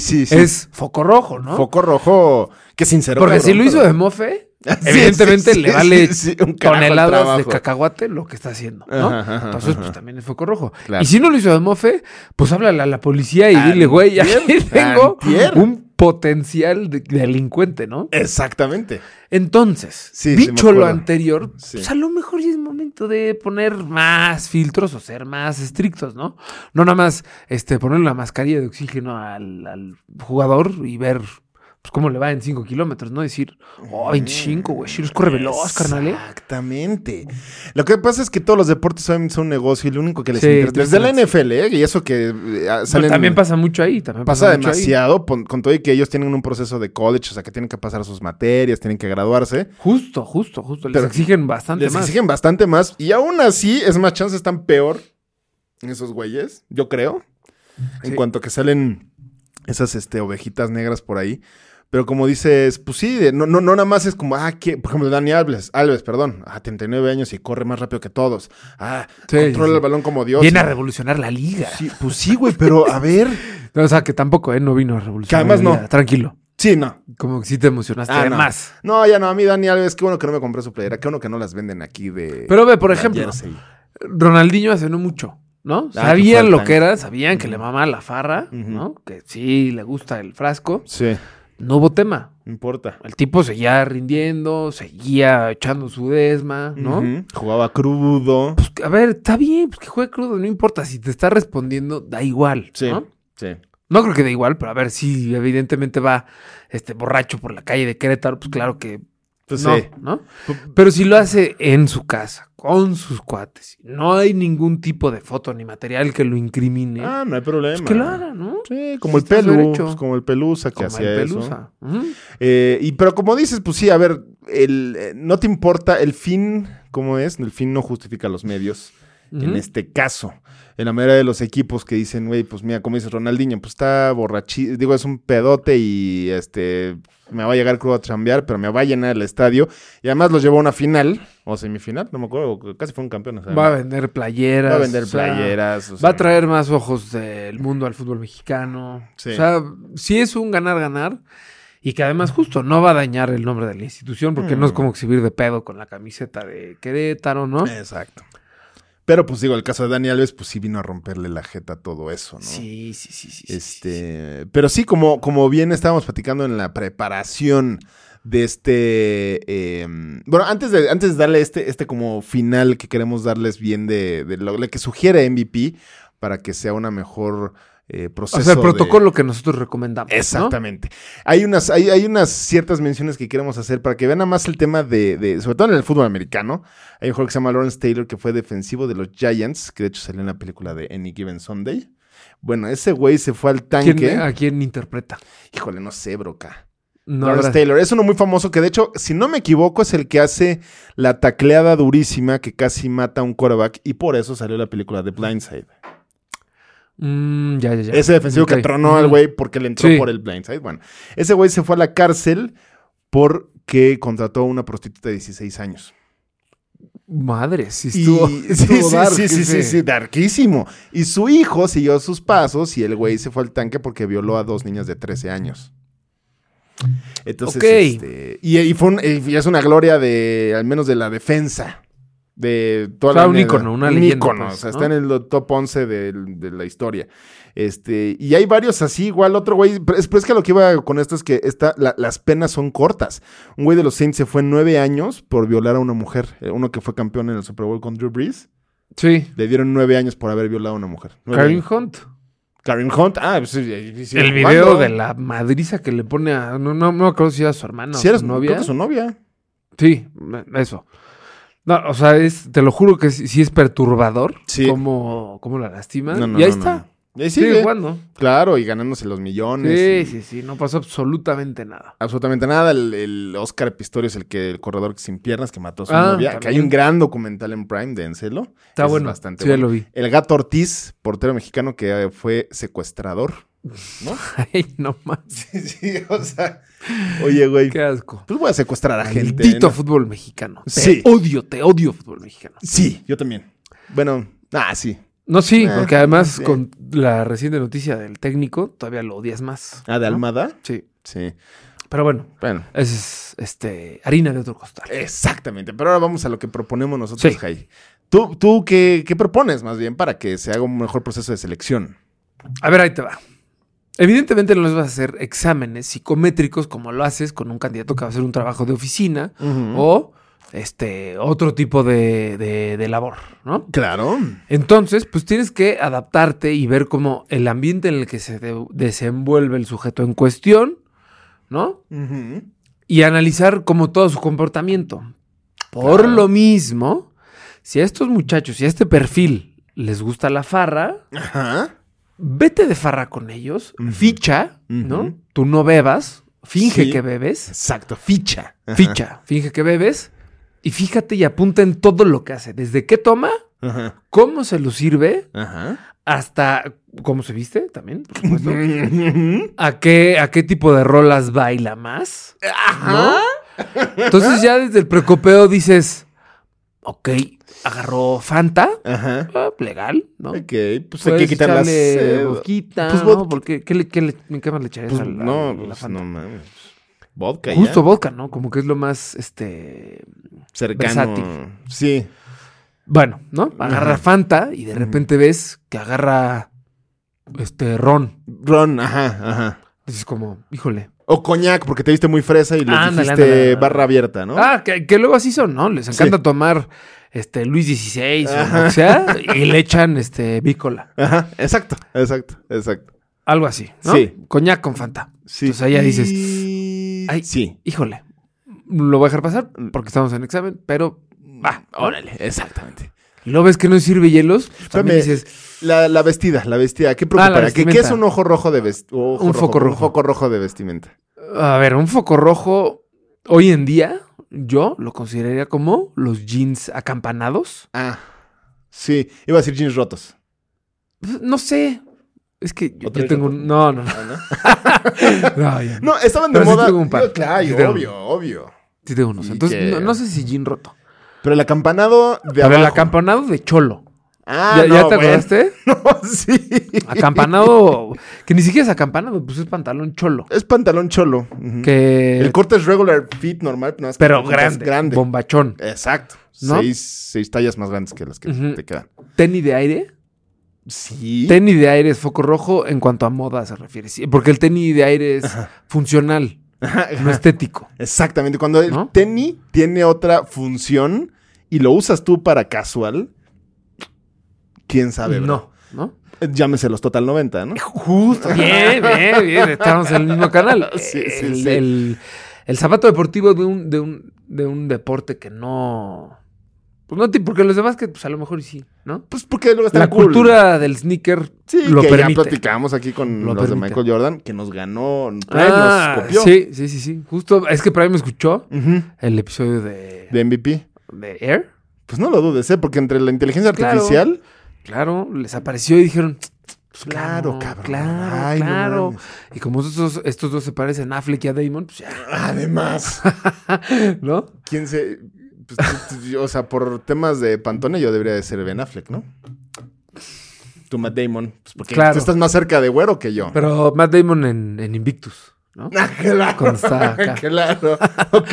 Speaker 2: Sí, sí, sí.
Speaker 3: es foco rojo, ¿no?
Speaker 2: Foco rojo, que sincero.
Speaker 3: Porque si
Speaker 2: cabrón,
Speaker 3: lo hizo
Speaker 2: pero-
Speaker 3: de mofe,
Speaker 2: Sí,
Speaker 3: evidentemente
Speaker 2: sí,
Speaker 3: le
Speaker 2: sí,
Speaker 3: vale
Speaker 2: sí, sí, un carajo al
Speaker 3: toneladas de
Speaker 2: trabajo.
Speaker 3: cacahuate lo que está haciendo, ¿no?
Speaker 2: Ajá, ajá,
Speaker 3: Entonces,
Speaker 2: ajá.
Speaker 3: pues también es foco rojo.
Speaker 2: Claro.
Speaker 3: Y si no lo hizo de mofe, pues háblale a la policía y dile, güey, aquí
Speaker 2: Antier,
Speaker 3: tengo
Speaker 2: antier.
Speaker 3: un potencial de- delincuente, ¿no?
Speaker 2: Exactamente.
Speaker 3: Entonces,
Speaker 2: Sí, sí, me
Speaker 3: dicho lo
Speaker 2: acuerdo.
Speaker 3: anterior,
Speaker 2: Sí.
Speaker 3: pues a lo mejor ya es momento de poner más filtros o ser más estrictos, ¿no? No nada más este, ponerle la mascarilla de oxígeno al, al jugador y ver pues, cómo le va en 5 kilómetros, ¿no? Decir, oh, 25, güey, Shields corre veloz, carnal, ¿eh?
Speaker 2: Exactamente. Lo que pasa es que todos los deportes son, son un negocio y lo único que les
Speaker 3: Sí,
Speaker 2: interesa. Desde la
Speaker 3: tristemente.
Speaker 2: NFL, ¿eh? Y eso que eh, ah,
Speaker 3: Pero
Speaker 2: salen-
Speaker 3: también pasa mucho ahí, también pasa,
Speaker 2: pasa
Speaker 3: mucho ahí.
Speaker 2: demasiado, pon- con todo y que ellos tienen un proceso de college, o sea, que tienen que pasar sus materias, tienen que graduarse.
Speaker 3: Justo, justo, justo. Les
Speaker 2: Pero
Speaker 3: exigen bastante
Speaker 2: Les
Speaker 3: más.
Speaker 2: exigen bastante más. Y aún así, es más, chances están peor esos güeyes, yo creo.
Speaker 3: Sí.
Speaker 2: En cuanto que salen esas este, ovejitas negras por ahí. Pero como dices, pues sí, de- no, no, no nada más es como, ah, que, por ejemplo, Dani Alves, Alves, perdón, ah, 39 años y corre más rápido que todos. Ah,
Speaker 3: Sí,
Speaker 2: controla
Speaker 3: sí, sí.
Speaker 2: el balón como Dios.
Speaker 3: Viene a revolucionar la liga.
Speaker 2: Sí, pues sí, güey, pero a ver.
Speaker 3: O sea, que tampoco, ¿eh? No vino a revolucionar.
Speaker 2: Que además
Speaker 3: la
Speaker 2: no.
Speaker 3: liga, Tranquilo.
Speaker 2: Sí, no.
Speaker 3: Como que sí te emocionaste
Speaker 2: Ah, no.
Speaker 3: además.
Speaker 2: No, ya no, a mí Dani Alves, qué bueno que no me compré su playera, qué bueno que no las venden aquí de.
Speaker 3: Pero ve, por
Speaker 2: de
Speaker 3: ejemplo,
Speaker 2: jersey.
Speaker 3: Ronaldinho hace no mucho, ¿no?
Speaker 2: Ah, que fue
Speaker 3: sabían
Speaker 2: al
Speaker 3: lo
Speaker 2: tanque.
Speaker 3: que era, sabían que le mama la farra, ¿no? Que sí le gusta el frasco.
Speaker 2: Sí,
Speaker 3: No hubo tema.
Speaker 2: no importa.
Speaker 3: El tipo seguía rindiendo, seguía echando su desma, ¿no?
Speaker 2: Ujú. Jugaba crudo.
Speaker 3: Pues, a ver, está bien, pues que juegue crudo, no importa. Si te está respondiendo, da igual,
Speaker 2: Sí,
Speaker 3: ¿no?
Speaker 2: sí.
Speaker 3: No creo que da igual, pero a ver, si evidentemente va este borracho por la calle de Querétaro, pues claro que
Speaker 2: Pues
Speaker 3: no,
Speaker 2: sí.
Speaker 3: ¿no? Pero si lo hace en su casa, con sus cuates, no hay ningún tipo de foto ni material que lo incrimine,
Speaker 2: Ah, no hay problema.
Speaker 3: pues que lo haga, ¿no?
Speaker 2: Sí, como el
Speaker 3: Está su
Speaker 2: pelu,
Speaker 3: derecho.
Speaker 2: pues, como el pelusa que
Speaker 3: Como
Speaker 2: hacía
Speaker 3: el
Speaker 2: eso.
Speaker 3: Pelusa. Ujú.
Speaker 2: Eh, y pero como dices, pues sí, a ver, el, eh, no te importa el fin, ¿cómo es? El fin no justifica los medios. En
Speaker 3: Ujú.
Speaker 2: este caso, en la mayoría de los equipos que dicen, güey, pues mira, como dices Ronaldinho, pues está borrachito, digo, es un pedote y este me va a llegar crudo a chambear, pero me va a llenar el estadio. Y además los llevó a una final o semifinal, no me acuerdo, casi fueron campeones.
Speaker 3: Va a
Speaker 2: además.
Speaker 3: vender playeras.
Speaker 2: Va a vender
Speaker 3: o sea,
Speaker 2: playeras. o
Speaker 3: va
Speaker 2: sea.
Speaker 3: a traer más ojos del mundo al fútbol mexicano.
Speaker 2: Sí.
Speaker 3: O sea, sí es un ganar-ganar. Y que además justo no va a dañar el nombre de la institución porque
Speaker 2: Mm.
Speaker 3: no es como exhibir de pedo con la camiseta de Querétaro, ¿no?
Speaker 2: Exacto. Pero pues digo, el caso de Dani Alves, pues sí vino a romperle la jeta a todo eso, ¿no?
Speaker 3: Sí, sí, sí, sí. sí, sí.
Speaker 2: Este, pero sí, como, como bien estábamos platicando en la preparación de este. eh, bueno, antes de, antes de darle este, este como final que queremos darles bien de, de lo, lo que sugiere MVP para que sea una mejor eh, proceso.
Speaker 3: O sea, el
Speaker 2: de-
Speaker 3: protocolo que nosotros recomendamos. ¿no?
Speaker 2: Exactamente. Hay unas, hay, hay unas ciertas menciones que queremos hacer para que vean nada más el tema de, de- sobre todo en el fútbol americano. Hay un jugador que se llama Lawrence Taylor que fue defensivo de los Giants, que de hecho salió en la película de Any Given Sunday. Bueno, ese güey se fue al
Speaker 3: ¿Quién- eh,
Speaker 2: tanque.
Speaker 3: ¿A quién interpreta?
Speaker 2: Híjole, no sé, broca.
Speaker 3: No,
Speaker 2: Lawrence
Speaker 3: habrá-
Speaker 2: Taylor. Es uno muy famoso que, de hecho, si no me equivoco, es el que hace la tacleada durísima que casi mata a un quarterback y por eso salió la película de Blindside.
Speaker 3: Mm, ya, ya, ya.
Speaker 2: Ese defensivo
Speaker 3: Ok. Mm,
Speaker 2: que tronó al
Speaker 3: Ujú.
Speaker 2: güey porque le entró
Speaker 3: Sí.
Speaker 2: por el blindside. Bueno, ese güey se fue a la cárcel porque contrató a una prostituta de 16 años.
Speaker 3: Madre, sí
Speaker 2: Y-
Speaker 3: estuvo.
Speaker 2: sí, sí,
Speaker 3: estuvo dark
Speaker 2: sí, sí, sí,
Speaker 3: ese.
Speaker 2: sí, darquísimo. Y su hijo siguió sus pasos y el güey se fue al tanque porque violó a dos niñas de 13 años. Entonces,
Speaker 3: Ok.
Speaker 2: este, y, y fue un- y es una gloria de, al menos de la defensa. De toda
Speaker 3: O sea,
Speaker 2: la
Speaker 3: un
Speaker 2: neta.
Speaker 3: ícono, una leyenda,
Speaker 2: ícono,
Speaker 3: pues,
Speaker 2: o sea,
Speaker 3: ¿no?
Speaker 2: está en el top 11 del- de, la historia. Este, y hay varios así, igual otro güey. Pero es, pero es que lo que iba con esto es que esta, la- las penas son cortas. Un güey de los Saints se fue nueve años por violar a una mujer. Eh, Uno que fue campeón en el Super Bowl con Drew Brees.
Speaker 3: Sí.
Speaker 2: Le dieron nueve años por haber violado a una mujer. Nueve
Speaker 3: Karim
Speaker 2: años.
Speaker 3: Hunt.
Speaker 2: Karim Hunt. Ah, pues sí, sí, sí,
Speaker 3: el
Speaker 2: jugando.
Speaker 3: video de la madriza que le pone a. No, no, no creo si era su hermana.
Speaker 2: Sí,
Speaker 3: o
Speaker 2: era
Speaker 3: su
Speaker 2: su-
Speaker 3: novia.
Speaker 2: creo que su novia.
Speaker 3: Sí, me- eso. No, o sea, es, te lo juro que sí, sí es perturbador.
Speaker 2: Sí.
Speaker 3: Cómo, cómo la lastima.
Speaker 2: No, no,
Speaker 3: Ah, y ahí
Speaker 2: no, no,
Speaker 3: está.
Speaker 2: no. Y ahí
Speaker 3: Sigue
Speaker 2: sigue.
Speaker 3: jugando.
Speaker 2: claro, y ganándose los millones.
Speaker 3: Sí,
Speaker 2: y-
Speaker 3: sí, sí. No pasó absolutamente nada.
Speaker 2: absolutamente nada. El, el Oscar Pistorius, el que el corredor sin piernas que mató a su
Speaker 3: Ah,
Speaker 2: novia, que hay
Speaker 3: también.
Speaker 2: un gran documental en Prime de Encelo.
Speaker 3: Está
Speaker 2: Ese es
Speaker 3: bueno.
Speaker 2: bastante
Speaker 3: sí, ya
Speaker 2: bueno.
Speaker 3: lo vi.
Speaker 2: El gato Ortiz, portero mexicano que eh, fue secuestrador.
Speaker 3: Ay, no más.
Speaker 2: Sí, sí, o sea. Oye, güey.
Speaker 3: Qué asco.
Speaker 2: Pues voy a secuestrar a gente.
Speaker 3: Maldito
Speaker 2: ¿no?
Speaker 3: fútbol mexicano. Te
Speaker 2: Sí.
Speaker 3: odio, te odio fútbol mexicano.
Speaker 2: Sí, yo también. Bueno, ah, sí.
Speaker 3: No, sí,
Speaker 2: Eh,
Speaker 3: porque además
Speaker 2: sí.
Speaker 3: con la reciente noticia del técnico todavía lo odias más.
Speaker 2: Ah, de
Speaker 3: ¿no?
Speaker 2: Almada.
Speaker 3: Sí.
Speaker 2: Sí.
Speaker 3: Pero bueno,
Speaker 2: Bueno.
Speaker 3: esa es este, harina de otro costal.
Speaker 2: Exactamente. Pero ahora vamos a lo que proponemos nosotros,
Speaker 3: Sí.
Speaker 2: Jai. ¿Tú, tú qué, qué propones más bien para que se haga un mejor proceso de selección?
Speaker 3: A ver, ahí te va. Evidentemente no les vas a hacer exámenes psicométricos como lo haces con un candidato que va a hacer un trabajo de oficina o este otro tipo de, de- de labor, ¿no?
Speaker 2: Claro.
Speaker 3: Entonces, pues tienes que adaptarte y ver cómo el ambiente en el que se de- desenvuelve el sujeto en cuestión, ¿no? Y analizar como todo su comportamiento. Por lo mismo, si a estos muchachos y a este perfil les gusta la farra,
Speaker 2: Ajá.
Speaker 3: vete de farra con ellos, ficha, ¿no? Tú no bebas, finge
Speaker 2: Sí.
Speaker 3: que bebes,
Speaker 2: Exacto, ficha.
Speaker 3: ficha, finge que bebes, y fíjate y apunta en todo lo que hace, desde qué toma,
Speaker 2: Ajá.
Speaker 3: cómo se lo sirve,
Speaker 2: Ajá.
Speaker 3: hasta cómo se viste también, por supuesto. ¿A qué, a qué tipo de rolas baila más. ¿no? Entonces ya desde el precopeo dices, ok, agarró Fanta,
Speaker 2: Ajá.
Speaker 3: ah, legal, ¿no?
Speaker 2: Ok, pues hay
Speaker 3: Puedes
Speaker 2: que quitar las.
Speaker 3: echarle
Speaker 2: eh,
Speaker 3: vodquita,
Speaker 2: pues,
Speaker 3: ¿no?
Speaker 2: vodka.
Speaker 3: Porque, ¿qué, le, qué, le- qué más le echarías
Speaker 2: pues,
Speaker 3: al- al-
Speaker 2: no,
Speaker 3: a la
Speaker 2: pues,
Speaker 3: Fanta?
Speaker 2: no mames. Vodka
Speaker 3: Justo
Speaker 2: ya.
Speaker 3: vodka, ¿no? Como que es lo más, este...
Speaker 2: Cercano.
Speaker 3: versátil.
Speaker 2: Sí.
Speaker 3: Bueno, ¿no? Agarra
Speaker 2: Ajá.
Speaker 3: Fanta y de repente ves que agarra, este, ron.
Speaker 2: Ron, ajá, ajá.
Speaker 3: Dices como, híjole.
Speaker 2: O coñac, porque te viste muy fresa y le
Speaker 3: Ándale,
Speaker 2: dijiste
Speaker 3: ándale, ándale.
Speaker 2: barra abierta, ¿no?
Speaker 3: Ah, que, que luego así son, ¿no? Les encanta tomar, este, Luis XVI o lo que sea y le echan, este, vícola.
Speaker 2: Ajá, exacto, exacto, exacto.
Speaker 3: Algo así, ¿no?
Speaker 2: Sí.
Speaker 3: Coñac con Fanta.
Speaker 2: Sí.
Speaker 3: Entonces ahí ya dices,
Speaker 2: Y-
Speaker 3: ay.
Speaker 2: Sí.
Speaker 3: Híjole, lo voy a dejar pasar porque estamos en examen, pero... Va, órale.
Speaker 2: Exactamente.
Speaker 3: Y luego ves que no sirve hielos, pues, también
Speaker 2: Espérame,
Speaker 3: dices... Ah,
Speaker 2: la, la vestida, la vestida. ¿Qué preocupará? ¿Qué, qué
Speaker 3: vestimenta.
Speaker 2: es un ojo rojo de vestimenta?
Speaker 3: Un foco rojo.
Speaker 2: Un foco rojo de vestimenta.
Speaker 3: A ver, un foco rojo hoy en día yo lo consideraría como los jeans acampanados.
Speaker 2: Ah. Sí, iba a decir jeans rotos.
Speaker 3: Pues, No sé. Es que yo,
Speaker 2: ¿Otra
Speaker 3: yo
Speaker 2: vez
Speaker 3: tengo
Speaker 2: roto?
Speaker 3: un... No, no, no. No, ya no.
Speaker 2: Ah, No, estaban de
Speaker 3: Pero sí
Speaker 2: moda.
Speaker 3: tengo un par.
Speaker 2: Digo, claro,
Speaker 3: Sí tengo.
Speaker 2: obvio, obvio.
Speaker 3: Sí tengo unos.
Speaker 2: Y
Speaker 3: Entonces,
Speaker 2: que-
Speaker 3: no, no sé si jean roto.
Speaker 2: Pero el acampanado de
Speaker 3: Pero el
Speaker 2: abajo.
Speaker 3: acampanado de cholo.
Speaker 2: Ah,
Speaker 3: ¿Ya,
Speaker 2: no,
Speaker 3: ya te
Speaker 2: bueno.
Speaker 3: acordaste?
Speaker 2: No, sí.
Speaker 3: Acampanado... que ni siquiera es acampanado, pues es pantalón cholo.
Speaker 2: Es pantalón cholo. Ujú.
Speaker 3: Que...
Speaker 2: Mm. El corte es regular fit normal, nada más que
Speaker 3: pero
Speaker 2: tú estás
Speaker 3: grande, Bombachón.
Speaker 2: Exacto.
Speaker 3: ¿No?
Speaker 2: Seis, seis tallas más grandes que las que
Speaker 3: Ujú.
Speaker 2: te quedan.
Speaker 3: Tenis de aire.
Speaker 2: Sí.
Speaker 3: Tenis de aire es foco rojo en cuanto a moda se refiere. sí, porque el tenis de aire es funcional, no estético.
Speaker 2: Exactamente. Cuando el
Speaker 3: ¿No?
Speaker 2: tenis tiene otra función y lo usas tú para casual, quién sabe, bro.
Speaker 3: no, ¿no?
Speaker 2: Eh, Llámese los Total 90, ¿no?
Speaker 3: Justo. Bien, bien, bien. Estamos en el mismo canal.
Speaker 2: Sí, sí,
Speaker 3: el,
Speaker 2: sí.
Speaker 3: el- el zapato deportivo de un, de un, de un deporte que no. Pues no, ti- porque los de básquet, pues a lo mejor y sí, ¿no?
Speaker 2: Pues porque luego está
Speaker 3: La cultura del sneaker
Speaker 2: Sí,
Speaker 3: lo
Speaker 2: que
Speaker 3: permite.
Speaker 2: ya platicamos aquí con
Speaker 3: Lo
Speaker 2: los
Speaker 3: permite.
Speaker 2: de Michael Jordan, que nos ganó premios,
Speaker 3: Ah,
Speaker 2: copió.
Speaker 3: sí, sí, sí, sí. Justo, es que por ahí me escuchó
Speaker 2: Ujú.
Speaker 3: el episodio de,
Speaker 2: De MVP.
Speaker 3: de Air.
Speaker 2: Pues no lo dudes, ¿eh? Porque entre la inteligencia
Speaker 3: Claro.
Speaker 2: artificial...
Speaker 3: Claro, les apareció y dijeron, pues
Speaker 2: claro, cabrón.
Speaker 3: Claro,
Speaker 2: Ay, no
Speaker 3: claro.
Speaker 2: mames.
Speaker 3: y como estos, estos dos se parecen, Affleck y a Damon, pues ya,
Speaker 2: Además...
Speaker 3: ¿no?
Speaker 2: ¿Quién se...? pues, tú- tú- yo, o sea, por temas de Pantone yo debería de ser Ben Affleck, ¿no? Tú, Matt Damon. Pues porque
Speaker 3: Claro.
Speaker 2: tú estás más cerca de güero que yo.
Speaker 3: Pero Matt Damon en, en Invictus, ¿no?
Speaker 2: Ah, claro.
Speaker 3: Cuando está acá.
Speaker 2: claro. Ok.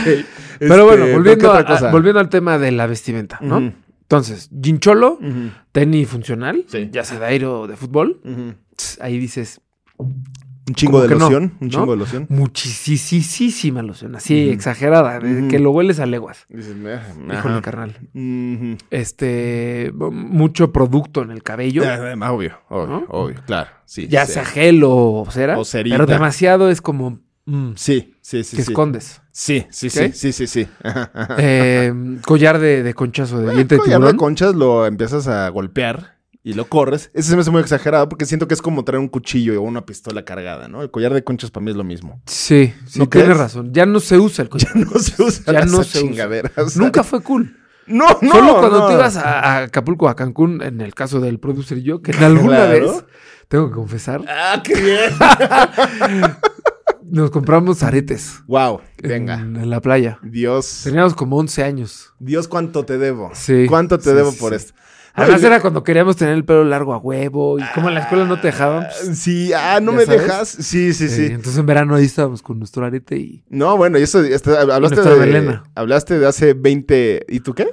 Speaker 3: Pero bueno,
Speaker 2: Este, ¿qué
Speaker 3: volviendo,
Speaker 2: otra
Speaker 3: a-
Speaker 2: cosa?
Speaker 3: volviendo al tema de la vestimenta, ¿no?
Speaker 2: Ujú.
Speaker 3: Entonces, gincholo,
Speaker 2: Ujú,
Speaker 3: tenis funcional,
Speaker 2: Sí.
Speaker 3: ya sea de aire o de fútbol,
Speaker 2: ujú.
Speaker 3: tss, ahí dices,
Speaker 2: Un chingo
Speaker 3: Como
Speaker 2: de
Speaker 3: que no,
Speaker 2: loción. un
Speaker 3: ¿no?
Speaker 2: chingo de loción.
Speaker 3: muchisísima loción, así exagerada, de que lo hueles a leguas.
Speaker 2: Dices, "Ah,
Speaker 3: Híjole,
Speaker 2: ajá".
Speaker 3: carnal.
Speaker 2: Ujú.
Speaker 3: Este, mucho producto en el cabello.
Speaker 2: Ah, ah, obvio, obvio,
Speaker 3: ¿No?
Speaker 2: obvio. Claro, sí.
Speaker 3: ya
Speaker 2: sí.
Speaker 3: sea gel o cera,
Speaker 2: O cerita.
Speaker 3: pero demasiado es como mm,
Speaker 2: Sí, sí, sí.
Speaker 3: que
Speaker 2: sí.
Speaker 3: escondes.
Speaker 2: Sí, sí,
Speaker 3: ¿Ok?
Speaker 2: sí, sí, sí, sí. Ajá, ajá.
Speaker 3: Eh, collar de, de conchazo, de diente de
Speaker 2: collar de
Speaker 3: tiburón.
Speaker 2: conchas lo empiezas a golpear y lo corres. Ese se me hace muy exagerado porque siento que es como traer un cuchillo o una pistola cargada, ¿no? El collar de conchas para mí es lo mismo.
Speaker 3: Sí, sí,
Speaker 2: ¿No
Speaker 3: tienes
Speaker 2: crees?
Speaker 3: razón. Ya no se usa el collar.
Speaker 2: No se usa
Speaker 3: Ya
Speaker 2: las
Speaker 3: no se usa.
Speaker 2: chingaderas.
Speaker 3: Nunca fue cool.
Speaker 2: No, no.
Speaker 3: Solo cuando
Speaker 2: no.
Speaker 3: te ibas a, a Acapulco, a Cancún, en el caso del producer y yo, que en alguna
Speaker 2: Claro.
Speaker 3: vez, tengo que confesar,
Speaker 2: Ah, qué bien.
Speaker 3: nos compramos aretes
Speaker 2: wow,
Speaker 3: en-
Speaker 2: venga.
Speaker 3: En, la playa.
Speaker 2: Dios,
Speaker 3: Teníamos como 11 años.
Speaker 2: Dios, cuánto te debo.
Speaker 3: Sí,
Speaker 2: Cuánto te
Speaker 3: sí,
Speaker 2: debo
Speaker 3: sí,
Speaker 2: por
Speaker 3: sí.
Speaker 2: esto. No,
Speaker 3: Además
Speaker 2: y-
Speaker 3: era cuando queríamos tener el pelo largo a huevo y como en la escuela no te dejaban. pues,
Speaker 2: Sí, ah, no
Speaker 3: ¿Ya
Speaker 2: me
Speaker 3: sabes?
Speaker 2: dejas. Sí, sí,
Speaker 3: eh,
Speaker 2: sí.
Speaker 3: Entonces en verano ahí estábamos con nuestro arete y...
Speaker 2: No, bueno, y eso este, hablaste
Speaker 3: nuestra
Speaker 2: de
Speaker 3: melena.
Speaker 2: hablaste de hace 20 ¿y tú qué?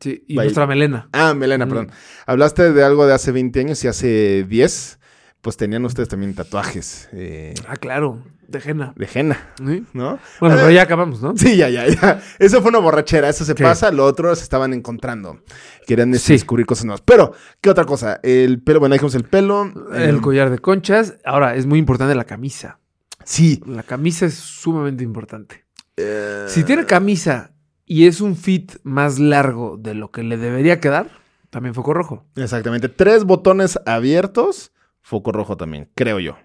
Speaker 3: Sí, y
Speaker 2: Bail-
Speaker 3: nuestra melena.
Speaker 2: Ah, melena, perdón. Hablaste de algo de hace 20 años y hace 10. pues tenían ustedes también tatuajes eh,
Speaker 3: Ah, claro, de Jena.
Speaker 2: de henna,
Speaker 3: ¿Sí?
Speaker 2: ¿no?
Speaker 3: Bueno,
Speaker 2: Eh,
Speaker 3: pero ya acabamos, ¿no?
Speaker 2: Sí, ya, ya, ya. Eso fue una borrachera, eso se
Speaker 3: Sí.
Speaker 2: pasa, lo otro se estaban encontrando. Querían este,
Speaker 3: Sí.
Speaker 2: descubrir cosas nuevas. Pero, ¿qué otra cosa? El pelo, bueno, dejamos el pelo.
Speaker 3: El
Speaker 2: eh,
Speaker 3: collar de conchas. Ahora, es muy importante la camisa.
Speaker 2: Sí.
Speaker 3: La camisa es sumamente importante.
Speaker 2: eh,
Speaker 3: Si tiene camisa y es un fit más largo de lo que le debería quedar, también foco rojo.
Speaker 2: Exactamente. Tres botones abiertos, foco rojo también, creo yo.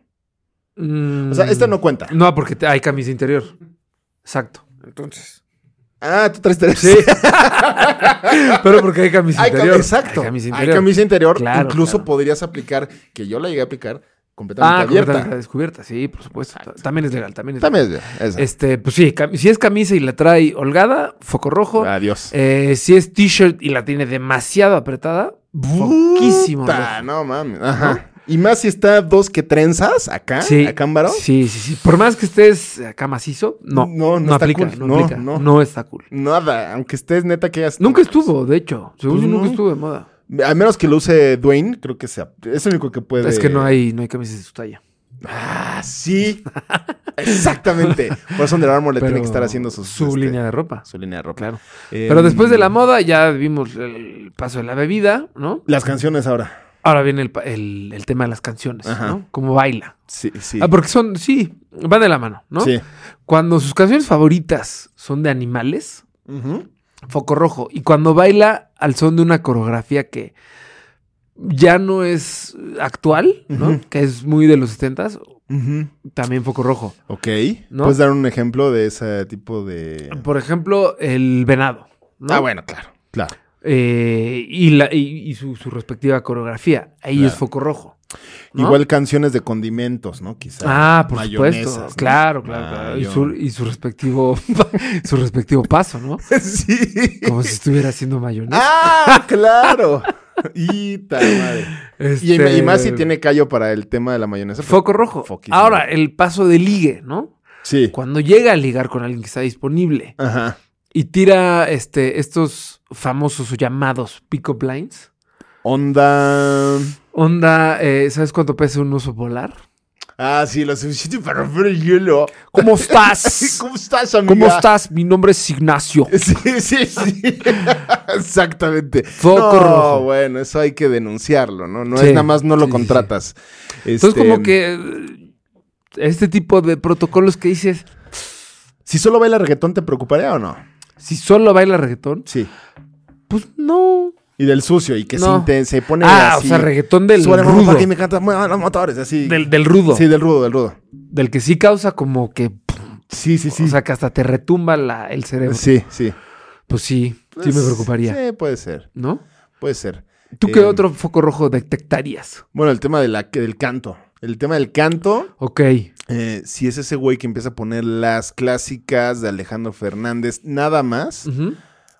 Speaker 2: O sea, esta
Speaker 3: este
Speaker 2: no cuenta.
Speaker 3: No, porque te- hay camisa interior. Exacto. Entonces.
Speaker 2: Ah, tú traes tres.
Speaker 3: Sí. Pero porque hay camisa
Speaker 2: Hay cam-
Speaker 3: interior.
Speaker 2: exacto.
Speaker 3: Hay camisa
Speaker 2: Hay
Speaker 3: interior.
Speaker 2: camisa interior.
Speaker 3: Claro,
Speaker 2: Incluso
Speaker 3: claro.
Speaker 2: podrías aplicar, que yo la llegué a aplicar, completamente
Speaker 3: Ah,
Speaker 2: abierta.
Speaker 3: completamente descubierta. Sí, por supuesto. También es legal. También es legal.
Speaker 2: También es esa.
Speaker 3: Este, pues sí, cam- si es camisa y la trae holgada, foco rojo.
Speaker 2: Adiós.
Speaker 3: Eh, si es t-shirt y la tiene demasiado apretada, foquísimo.
Speaker 2: Puta,
Speaker 3: rojo.
Speaker 2: no mames. Ajá. Y más si está dos que trenzas acá,
Speaker 3: Sí,
Speaker 2: acá en varo.
Speaker 3: Sí, sí, sí. Por más que estés eh, acá macizo, no.
Speaker 2: No, no
Speaker 3: No,
Speaker 2: está
Speaker 3: aplica,
Speaker 2: cool.
Speaker 3: no,
Speaker 2: No,
Speaker 3: aplica.
Speaker 2: no.
Speaker 3: No. está cool.
Speaker 2: Nada, aunque estés neta que hayas...
Speaker 3: Nunca estuvo, de hecho. Según
Speaker 2: Pues
Speaker 3: yo, nunca
Speaker 2: no.
Speaker 3: estuvo de moda.
Speaker 2: A menos que lo use Dwayne, creo que sea. Es el único que puede...
Speaker 3: Es que no hay, no hay camisas de su talla.
Speaker 2: Ah, sí. Exactamente. Por eso Under Armour le
Speaker 3: Pero
Speaker 2: tiene que estar haciendo sus...
Speaker 3: Su
Speaker 2: este,
Speaker 3: línea de ropa.
Speaker 2: Su línea de ropa.
Speaker 3: Claro.
Speaker 2: Eh,
Speaker 3: Pero después de la moda ya vimos el paso de la bebida, ¿no?
Speaker 2: Las canciones ahora.
Speaker 3: Ahora viene el, pa- el- el tema de las canciones,
Speaker 2: Ajá.
Speaker 3: ¿no? Cómo baila.
Speaker 2: Sí, sí.
Speaker 3: Ah, porque son, sí, va de la mano, ¿no?
Speaker 2: Sí.
Speaker 3: Cuando sus canciones favoritas son de animales,
Speaker 2: Ujú.
Speaker 3: foco rojo. Y cuando baila al son de una coreografía que ya no es actual, ¿no?
Speaker 2: Ujú.
Speaker 3: Que es muy de los 70s,
Speaker 2: Ujú.
Speaker 3: también foco rojo.
Speaker 2: Ok.
Speaker 3: ¿No?
Speaker 2: ¿Puedes dar un ejemplo de ese tipo de...?
Speaker 3: Por ejemplo, el venado. ¿no?
Speaker 2: Ah, bueno, claro. Claro.
Speaker 3: Eh, y la, y, y su, su respectiva coreografía. Ahí
Speaker 2: Claro.
Speaker 3: es foco rojo. ¿no?
Speaker 2: Igual canciones de condimentos, ¿no? Quizás.
Speaker 3: Ah, por supuesto.
Speaker 2: mayonesas, ¿no? Ah,
Speaker 3: Claro, claro, claro. Y su, y su respectivo, su respectivo paso, ¿no?
Speaker 2: sí.
Speaker 3: Como si estuviera haciendo mayonesa.
Speaker 2: Ah, claro. y tal madre. Y,
Speaker 3: Este,
Speaker 2: y más si tiene callo para el tema de la mayonesa. pero-
Speaker 3: Foco rojo.
Speaker 2: Foquísimo.
Speaker 3: Ahora, eh, el paso de ligue, ¿no?
Speaker 2: Sí.
Speaker 3: Cuando llega a ligar con alguien que está disponible
Speaker 2: Ajá.
Speaker 3: y tira este, estos famosos o llamados pick-up lines.
Speaker 2: Onda.
Speaker 3: Onda, eh, ¿sabes cuánto pesa un oso polar?
Speaker 2: Ah, sí, lo suficiente para romper el hielo.
Speaker 3: ¿Cómo estás?
Speaker 2: ¿Cómo Este, estás, amiga?
Speaker 3: ¿Cómo estás? Mi nombre es Ignacio.
Speaker 2: Sí, sí, sí. Exactamente.
Speaker 3: Foco
Speaker 2: no,
Speaker 3: rojo.
Speaker 2: bueno, eso hay que denunciarlo, ¿no? No
Speaker 3: Sí,
Speaker 2: es nada más no lo
Speaker 3: sí, sí,
Speaker 2: contratas.
Speaker 3: Entonces,
Speaker 2: Este,
Speaker 3: como que eh, este tipo de protocolos que dices,
Speaker 2: Si solo baila reggaetón, ¿te preocuparía o no?
Speaker 3: si solo baila reggaetón,
Speaker 2: Sí.
Speaker 3: pues no.
Speaker 2: Y del sucio, y que se,
Speaker 3: No.
Speaker 2: inten- se pone
Speaker 3: Ah,
Speaker 2: así.
Speaker 3: o sea, reggaetón del
Speaker 2: Suena como
Speaker 3: rudo.
Speaker 2: para que me canta, muevan los motores, así.
Speaker 3: Del, del rudo.
Speaker 2: Sí, del rudo, del rudo.
Speaker 3: Del que sí causa como que,
Speaker 2: Sí, sí, sí.
Speaker 3: o sea, que hasta te retumba la- el cerebro.
Speaker 2: sí, sí.
Speaker 3: Pues sí, sí me
Speaker 2: Pues,
Speaker 3: preocuparía,
Speaker 2: Sí, puede ser,
Speaker 3: ¿no?
Speaker 2: puede ser.
Speaker 3: ¿Tú qué
Speaker 2: Eh,
Speaker 3: otro foco rojo detectarías?
Speaker 2: Bueno, el tema de la, que- del canto. El tema del canto,
Speaker 3: Ok.
Speaker 2: eh, si es ese güey que empieza a poner las clásicas de Alejandro Fernández, nada más,
Speaker 3: Ujú.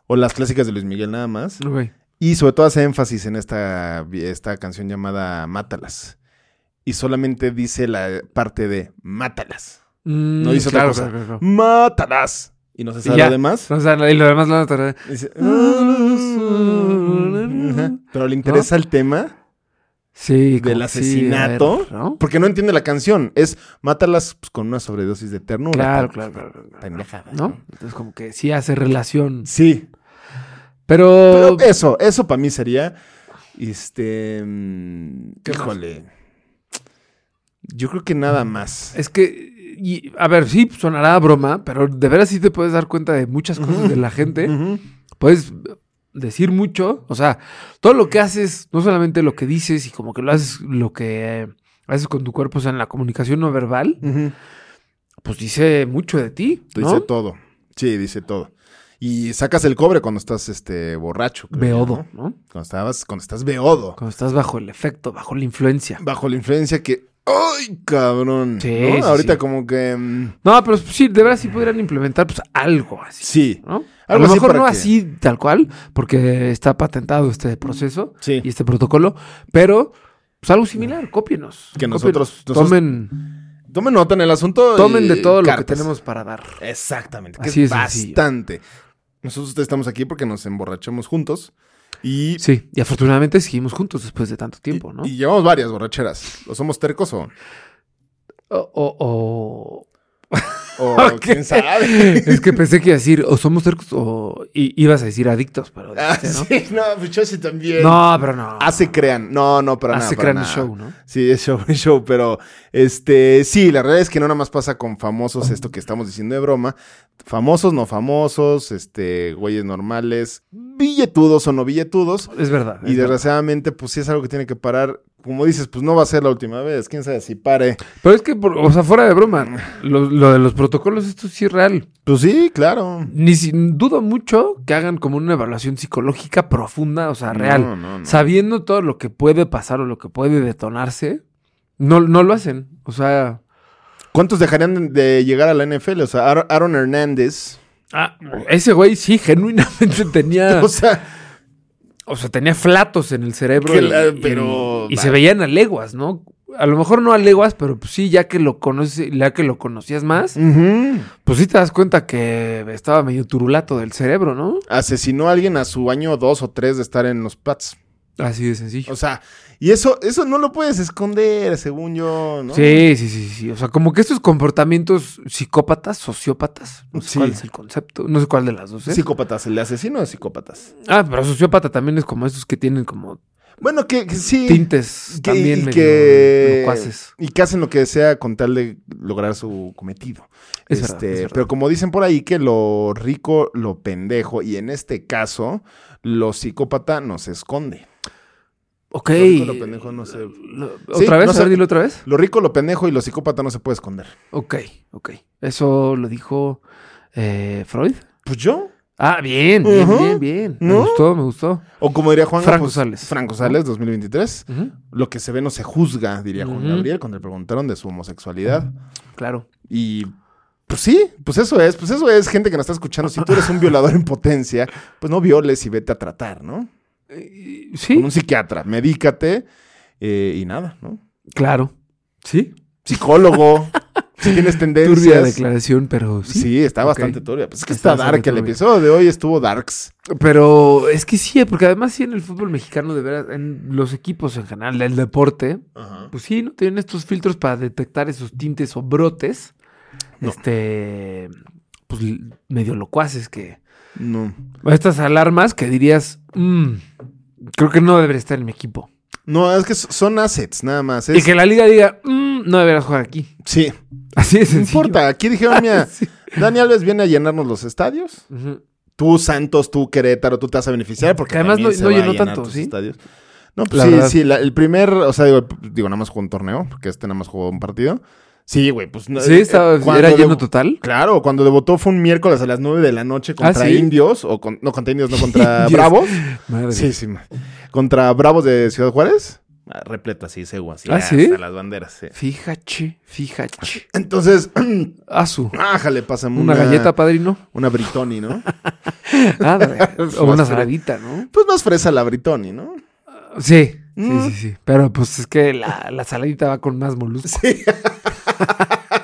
Speaker 2: o las clásicas de Luis Miguel, nada más,
Speaker 3: Ok.
Speaker 2: y sobre todo hace énfasis en esta, esta canción llamada Mátalas. Y solamente dice la parte de Mátalas.
Speaker 3: Mm,
Speaker 2: No dice otra cosa.
Speaker 3: claro, claro.
Speaker 2: Mátalas. Y no se sabe
Speaker 3: ya. Ah.
Speaker 2: lo demás.
Speaker 3: O sea, y lo demás lo van a tardar.
Speaker 2: Dice, "Ah, "Ajá". Pero le interesa el tema
Speaker 3: Sí,
Speaker 2: del
Speaker 3: como que sí, a ver,
Speaker 2: asesinato.
Speaker 3: ¿no?
Speaker 2: Porque no entiende la canción. Es mátalas pues, con una sobredosis de ternura.
Speaker 3: Claro,
Speaker 2: Tan-
Speaker 3: claro, claro, claro.
Speaker 2: Pendejada.
Speaker 3: ¿No? Entonces, como que sí hace relación.
Speaker 2: Sí.
Speaker 3: Pero. eh,
Speaker 2: Pero eh. eso, eso para mí sería. Este. mm,
Speaker 3: ¿Qué más? Mm.
Speaker 2: híjole. Yo creo que nada más.
Speaker 3: es que. y- a ver, sí, sonará a broma, pero de veras sí te puedes dar cuenta de muchas cosas de la gente.
Speaker 2: Ujú.
Speaker 3: Puedes decir mucho. O sea, todo lo que haces, no solamente lo que dices y como que lo haces, lo que eh, haces con tu cuerpo, o sea, en la comunicación no verbal,
Speaker 2: Ujú.
Speaker 3: pues dice mucho de ti.
Speaker 2: Te
Speaker 3: ¿no?
Speaker 2: Dice todo. Sí, dice todo. Y sacas el cobre cuando estás este borracho. creo yo,
Speaker 3: Beodo,
Speaker 2: ¿no?
Speaker 3: ¿no?
Speaker 2: Cuando estabas, cuando estás beodo.
Speaker 3: Cuando estás bajo el efecto, bajo la influencia.
Speaker 2: bajo la influencia que. ¡Ay, cabrón!
Speaker 3: Sí,
Speaker 2: ¿no?
Speaker 3: sí,
Speaker 2: Ahorita
Speaker 3: sí.
Speaker 2: como que. mm,
Speaker 3: No, pero pues sí, de verdad sí pudieran implementar pues algo así.
Speaker 2: sí.
Speaker 3: ¿no? A
Speaker 2: Algo
Speaker 3: lo
Speaker 2: así
Speaker 3: mejor
Speaker 2: para
Speaker 3: no
Speaker 2: que-
Speaker 3: así tal cual, porque está patentado este proceso
Speaker 2: Sí.
Speaker 3: y este protocolo, pero pues algo similar, cópienos.
Speaker 2: Que
Speaker 3: cópienos.
Speaker 2: nosotros- nosotros-
Speaker 3: tomen,
Speaker 2: Tomen nota en el asunto. y
Speaker 3: tomen de todo lo que
Speaker 2: cartas.
Speaker 3: tenemos para dar.
Speaker 2: Exactamente. Que
Speaker 3: Así
Speaker 2: es
Speaker 3: de sencillo.
Speaker 2: bastante. Nosotros estamos aquí porque nos emborrachamos juntos. Y,
Speaker 3: Sí, y afortunadamente seguimos juntos después de tanto tiempo, ¿no?
Speaker 2: y llevamos varias borracheras. ¿O somos tercos o,
Speaker 3: O, o-
Speaker 2: o
Speaker 3: Ok.
Speaker 2: quién
Speaker 3: o-
Speaker 2: sabe?
Speaker 3: es que pensé que iba a decir o somos tercos o i- ibas a decir adictos, pero
Speaker 2: Ah,
Speaker 3: dijiste, Este, ¿no?
Speaker 2: sí, no, pues yo sí también.
Speaker 3: No, pero no.
Speaker 2: Hace crean. No, no, para nada.
Speaker 3: Hace
Speaker 2: para
Speaker 3: crean el
Speaker 2: nada.
Speaker 3: show, ¿no?
Speaker 2: Sí, es show, es show, pero este, sí, la realidad es que no nada más pasa con famosos esto que estamos diciendo de broma. Famosos, no famosos, este, güeyes normales, billetudos o no billetudos.
Speaker 3: Es
Speaker 2: Y
Speaker 3: verdad. es verdad.
Speaker 2: desgraciadamente, pues sí es algo que tiene que parar. Como dices, pues no va a ser la última vez. Quién sabe si pare.
Speaker 3: Pero es que, por- o sea, fuera de broma,
Speaker 2: Mm.
Speaker 3: lo, lo de los protocolos, esto sí es real.
Speaker 2: Pues sí, claro.
Speaker 3: Ni si- dudo mucho que hagan como una evaluación psicológica profunda, o sea, real.
Speaker 2: No, no, no.
Speaker 3: Sabiendo todo lo que puede pasar o lo que puede detonarse, no, no lo hacen. O sea,
Speaker 2: ¿Cuántos dejarían de llegar a la NFL? O sea, Ar- Aaron Hernández.
Speaker 3: ah, ese güey sí, genuinamente tenía,
Speaker 2: O sea,
Speaker 3: o sea, tenía flatos en el cerebro.
Speaker 2: Que
Speaker 3: y-
Speaker 2: la-
Speaker 3: y-
Speaker 2: pero-
Speaker 3: y se veían a leguas, ¿no? A lo mejor no a leguas, pero pues sí, ya que lo conoces, ya que lo conocías más,
Speaker 2: Mm. ujú,
Speaker 3: pues sí te das cuenta que estaba medio turulato del cerebro, ¿no?
Speaker 2: asesinó a alguien a su año dos o tres de estar en los Pats.
Speaker 3: Así de sencillo.
Speaker 2: O sea, y eso, eso no lo puedes esconder, según yo, ¿no?
Speaker 3: Sí, sí, sí, sí. O sea, como que estos comportamientos psicópatas, sociópatas, no sé
Speaker 2: Sí.
Speaker 3: cuál es el concepto, no sé cuál de las dos es.
Speaker 2: Psicópatas, el asesino de psicópatas.
Speaker 3: ah, pero sociópata también es como estos que tienen como
Speaker 2: Bueno, que, que sí.
Speaker 3: tintes
Speaker 2: que-
Speaker 3: también
Speaker 2: y
Speaker 3: medio
Speaker 2: que,
Speaker 3: locuaces.
Speaker 2: y que hacen lo que sea con tal de lograr su cometido.
Speaker 3: Es
Speaker 2: Este,
Speaker 3: verdad, es verdad.
Speaker 2: Pero como dicen por ahí que lo rico, lo pendejo, y en este caso, lo psicópata nos esconde.
Speaker 3: Ok.
Speaker 2: Lo rico, lo pendejo no se-
Speaker 3: Lo-
Speaker 2: Sí,
Speaker 3: ¿Otra vez?
Speaker 2: no
Speaker 3: A ver,
Speaker 2: sé.
Speaker 3: dilo otra vez.
Speaker 2: Lo rico, lo pendejo y lo psicópata no se puede esconder.
Speaker 3: Ok, ok. Eso lo dijo eh, Freud.
Speaker 2: Pues yo.
Speaker 3: Ah, bien, bien,
Speaker 2: Ujú.
Speaker 3: bien, bien. Me
Speaker 2: ¿No?
Speaker 3: gustó, me gustó.
Speaker 2: O como diría Juan
Speaker 3: Franco Sales.
Speaker 2: Franco Sales, 2023.
Speaker 3: Ujú,
Speaker 2: Lo que se ve no se juzga, diría Juan
Speaker 3: Ujú.
Speaker 2: Gabriel cuando le preguntaron de su homosexualidad.
Speaker 3: Claro.
Speaker 2: Y pues sí, pues eso es, pues eso es, gente que nos está escuchando. Si tú eres un violador en potencia, pues no violes y vete a tratar, ¿no?
Speaker 3: Eh,
Speaker 2: Con
Speaker 3: Sí,
Speaker 2: un psiquiatra, medícate eh, y nada, ¿no?
Speaker 3: claro. Sí.
Speaker 2: Psicólogo, si tienes
Speaker 3: Turbia
Speaker 2: tendencias.
Speaker 3: declaración, pero sí.
Speaker 2: Sí, está
Speaker 3: Ok.
Speaker 2: bastante turbia. Pues es que
Speaker 3: Está
Speaker 2: está, dark.
Speaker 3: bastante
Speaker 2: El
Speaker 3: turbia.
Speaker 2: episodio de hoy estuvo darks.
Speaker 3: Pero es que sí, porque además sí en el fútbol mexicano, de veras, en los equipos en general, del deporte, pues sí, ¿no? Tienen estos filtros para detectar esos tintes o brotes,
Speaker 2: No.
Speaker 3: este, pues l- medio locuaces que...
Speaker 2: No.
Speaker 3: Estas alarmas que dirías, "Mm, creo que no debería estar en mi equipo.
Speaker 2: No, es que son assets, nada más.
Speaker 3: Y
Speaker 2: Es,
Speaker 3: que la liga diga, "Mm, no deberías jugar aquí.
Speaker 2: Sí,
Speaker 3: Así
Speaker 2: no
Speaker 3: de sencillo.
Speaker 2: importa. Aquí dijeron, mira,
Speaker 3: Sí.
Speaker 2: Dani Alves viene a llenarnos los estadios.
Speaker 3: Ujú.
Speaker 2: tú Santos, tú Querétaro, tú te vas a beneficiar porque
Speaker 3: Que además
Speaker 2: también
Speaker 3: no-
Speaker 2: se
Speaker 3: no
Speaker 2: va a
Speaker 3: llenó
Speaker 2: llenar
Speaker 3: tanto,
Speaker 2: tus
Speaker 3: ¿sí?
Speaker 2: estadios. No, pues
Speaker 3: La
Speaker 2: sí,
Speaker 3: verdad.
Speaker 2: sí, la- el primer, o sea, digo, digo, nada más jugó un torneo, porque este nada más jugó un partido. Sí, güey, pues no-
Speaker 3: Sí,
Speaker 2: eh,
Speaker 3: estaba,
Speaker 2: cuando
Speaker 3: era lleno
Speaker 2: debu-
Speaker 3: total.
Speaker 2: Claro, cuando debutó fue un miércoles a las 9 de la noche contra
Speaker 3: Ah, ¿sí?
Speaker 2: Indios, o con- no contra Indios, no contra
Speaker 3: Indios.
Speaker 2: Bravos.
Speaker 3: Madre.
Speaker 2: Sí, sí, ma- contra Bravos de Ciudad Juárez. Ah, Repleta, sí, seguro, así,
Speaker 3: ¿Ah,
Speaker 2: hasta
Speaker 3: sí?
Speaker 2: las banderas, sí.
Speaker 3: Fíjate, fíjate.
Speaker 2: Entonces,
Speaker 3: Asu.
Speaker 2: ájale, pásame
Speaker 3: Una, galleta, padrino.
Speaker 2: Una Britoni, ¿no?
Speaker 3: Ándale. o
Speaker 2: Más
Speaker 3: una
Speaker 2: fre-
Speaker 3: saladita, ¿no?
Speaker 2: Pues más fresa la Britoni, ¿no?
Speaker 3: Sí.
Speaker 2: Mm.
Speaker 3: Sí, sí, sí. Pero pues es que la, la saladita va con más moluscos.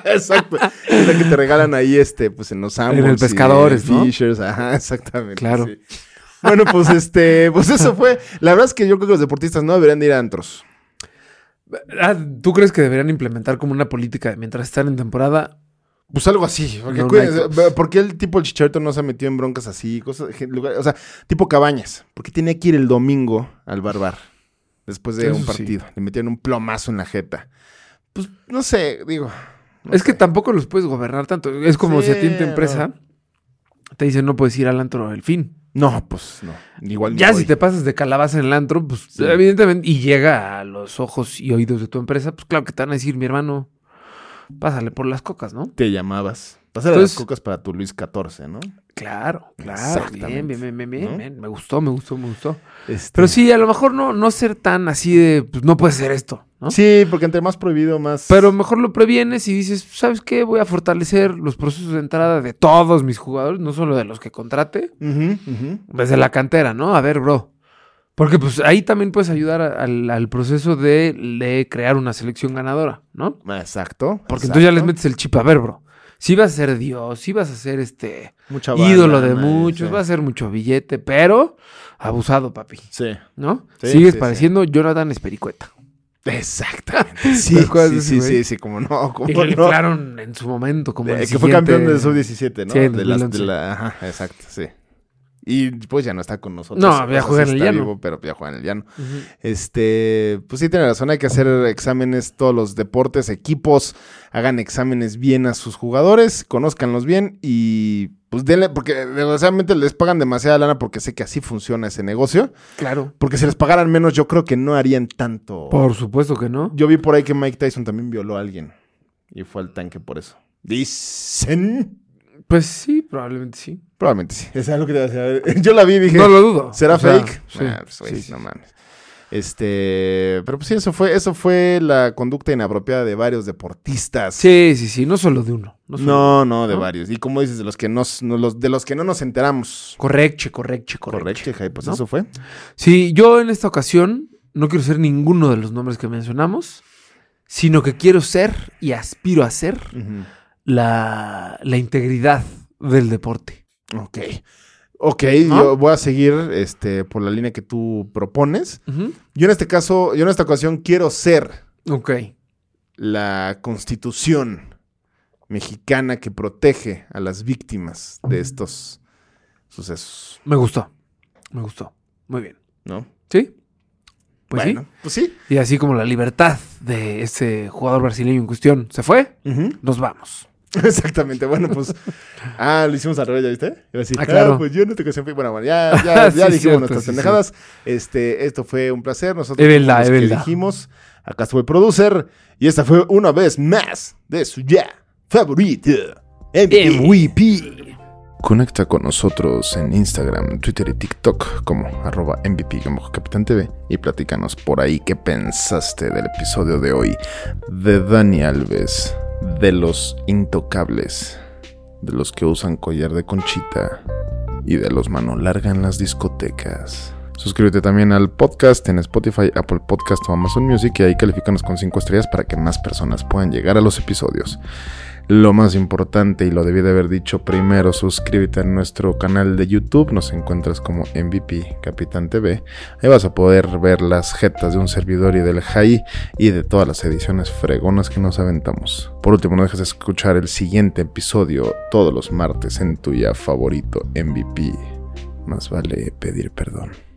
Speaker 2: Exacto. Es la que te regalan ahí, este, pues en los Ambos.
Speaker 3: En el Pescadores, ¿no?
Speaker 2: Fishers, ajá, exactamente.
Speaker 3: Claro.
Speaker 2: sí. Bueno, pues este, pues eso fue. La verdad es que yo creo que los deportistas no deberían de ir a antros.
Speaker 3: Ah, ¿Tú crees que deberían implementar como una política de mientras están en temporada?
Speaker 2: Pues algo así. Porque,
Speaker 3: No
Speaker 2: cuídense,
Speaker 3: nightclubs.
Speaker 2: ¿por qué el tipo el chicharito no se ha metido en broncas así? Cosas, gen- lugar- o sea, tipo cabañas. Porque tenía que ir el domingo al barbar. Después de
Speaker 3: Eso
Speaker 2: un
Speaker 3: sí.
Speaker 2: partido. Le metieron un plomazo en la jeta. Pues no sé, digo. no
Speaker 3: es que
Speaker 2: sé.
Speaker 3: tampoco los puedes gobernar tanto. Es como si a ti en tu
Speaker 2: Sí,
Speaker 3: empresa te dicen no puedes ir al antro el fin.
Speaker 2: No, pues no. Igual ni
Speaker 3: Ya
Speaker 2: voy.
Speaker 3: si te pasas de calabaza en el antro, pues
Speaker 2: Sí.
Speaker 3: evidentemente, y llega a los ojos y oídos de tu empresa, pues claro que te van a decir, mi hermano, pásale por las cocas, ¿no?
Speaker 2: te llamabas. Pasar a las
Speaker 3: Entonces-
Speaker 2: cocas para tu Luis XIV, ¿no?
Speaker 3: Claro, claro.
Speaker 2: Exactamente.
Speaker 3: Bien, bien, bien, bien, bien,
Speaker 2: ¿No?
Speaker 3: bien. Me gustó, me gustó, me gustó.
Speaker 2: Este-
Speaker 3: Pero sí, a lo mejor no, no ser tan así de, pues no puede ser esto, ¿no?
Speaker 2: Sí, porque entre más prohibido, más.
Speaker 3: Pero mejor lo previenes y dices, ¿sabes qué? Voy a fortalecer los procesos de entrada de todos mis jugadores, no solo de los que contrate,
Speaker 2: Ujú, ujú.
Speaker 3: desde pues, la cantera, ¿no? A ver, bro. Porque pues ahí también puedes ayudar a- al, al proceso de, de crear una selección ganadora, ¿no?
Speaker 2: Exacto. exacto.
Speaker 3: Porque entonces ya les metes el chip, a ver, bro. sí vas a ser Dios, sí vas a ser este
Speaker 2: Mucha
Speaker 3: ídolo
Speaker 2: banda,
Speaker 3: de
Speaker 2: madre,
Speaker 3: muchos,
Speaker 2: sí.
Speaker 3: vas a ser mucho billete, pero abusado, papi.
Speaker 2: Sí.
Speaker 3: ¿No?
Speaker 2: Sí,
Speaker 3: Sigues
Speaker 2: sí,
Speaker 3: pareciendo Jonathan Espericueta.
Speaker 2: Exactamente. Sí,
Speaker 3: ¿Te acuerdas de
Speaker 2: sí,
Speaker 3: ese
Speaker 2: sí,
Speaker 3: güey?
Speaker 2: sí, sí, como no, como
Speaker 3: Y lo
Speaker 2: no.
Speaker 3: inflaron en su momento como
Speaker 2: Eh,
Speaker 3: el
Speaker 2: que fue campeón
Speaker 3: siguiente-
Speaker 2: de sub-17, ¿no?
Speaker 3: Sí, en
Speaker 2: de las, de
Speaker 3: 2011.
Speaker 2: la, ajá, exacto, sí. Y pues ya no está con nosotros.
Speaker 3: No,
Speaker 2: O sea,
Speaker 3: ya juega
Speaker 2: sí
Speaker 3: en el
Speaker 2: está
Speaker 3: llano.
Speaker 2: vivo, pero ya juega en el llano. Este, pues sí, tiene razón. Hay que hacer exámenes, todos los deportes, equipos, hagan exámenes bien a sus jugadores, conózcanlos bien y pues denle, porque desgraciadamente les pagan demasiada lana porque sé que así funciona ese negocio.
Speaker 3: Claro.
Speaker 2: Porque si les pagaran menos, yo creo que no harían tanto.
Speaker 3: Por supuesto que no.
Speaker 2: Yo vi por ahí que Mike Tyson también violó a alguien y fue al tanque por eso. Dicen.
Speaker 3: Pues sí, probablemente sí.
Speaker 2: Probablemente sí. Es algo que te vas a ver. Yo la vi y dije.
Speaker 3: No lo dudo.
Speaker 2: ¿Será
Speaker 3: O sea,
Speaker 2: fake?
Speaker 3: sí,
Speaker 2: Nah, pues, güey,
Speaker 3: sí, sí.
Speaker 2: no mames. Este. Pero pues sí, eso fue, eso fue la conducta inapropiada de varios deportistas.
Speaker 3: Sí, sí, sí, no solo de uno. No, solo-
Speaker 2: No, no, de
Speaker 3: ¿No?
Speaker 2: varios. Y como dices, de los que nos, no, los, de los que no nos enteramos.
Speaker 3: Correcche, correcche, correcche.
Speaker 2: Correcto, Jai, pues
Speaker 3: ¿No?
Speaker 2: eso fue.
Speaker 3: Sí, yo en esta ocasión no quiero ser ninguno de los nombres que mencionamos, sino que quiero ser y aspiro a ser la, la integridad del deporte.
Speaker 2: Ok. Ok,
Speaker 3: ¿No?
Speaker 2: yo voy a seguir este, por la línea que tú propones.
Speaker 3: Ujú.
Speaker 2: Yo en este caso, yo en esta ocasión quiero ser
Speaker 3: Ok.
Speaker 2: la constitución mexicana que protege a las víctimas de estos sucesos,
Speaker 3: Me gustó. Me gustó. Muy bien.
Speaker 2: ¿no?
Speaker 3: ¿Sí? Pues
Speaker 2: bueno, pues sí.
Speaker 3: sí. Y así como la libertad de ese jugador brasileño en cuestión se fue, nos vamos.
Speaker 2: Exactamente, bueno, pues. ah, lo hicimos al revés, ¿ya viste? Iba a decir,
Speaker 3: Ah, claro.
Speaker 2: ah, pues yo no te conocía. Bueno, bueno, ya, ya, ya
Speaker 3: Sí,
Speaker 2: dijimos
Speaker 3: cierto,
Speaker 2: nuestras
Speaker 3: sí,
Speaker 2: pendejadas. Este, esto fue un placer. Nosotros
Speaker 3: Es
Speaker 2: fuimos
Speaker 3: verdad, es
Speaker 2: los que
Speaker 3: verdad.
Speaker 2: dijimos. Acá estuvo el producer. Y esta fue una vez más de su ya favorita.
Speaker 3: MVP.
Speaker 2: Conecta con nosotros en Instagram, Twitter y TikTok como arroba MVP Capitán TV y platícanos por ahí qué pensaste del episodio de hoy de Dani Alves, de los intocables, de los que usan collar de conchita y de los mano larga en las discotecas. Suscríbete también al podcast en Spotify, Apple Podcast o Amazon Music y ahí califícanos con 5 estrellas para que más personas puedan llegar a los episodios. Lo más importante y lo debí de haber dicho primero, suscríbete a nuestro canal de YouTube, nos encuentras como MVP Capitán TV. Ahí vas a poder ver las jetas de un servidor y del Jai y de todas las ediciones fregonas que nos aventamos. Por último, no dejes de escuchar el siguiente episodio todos los martes en tu ya favorito MVP. Más vale pedir perdón.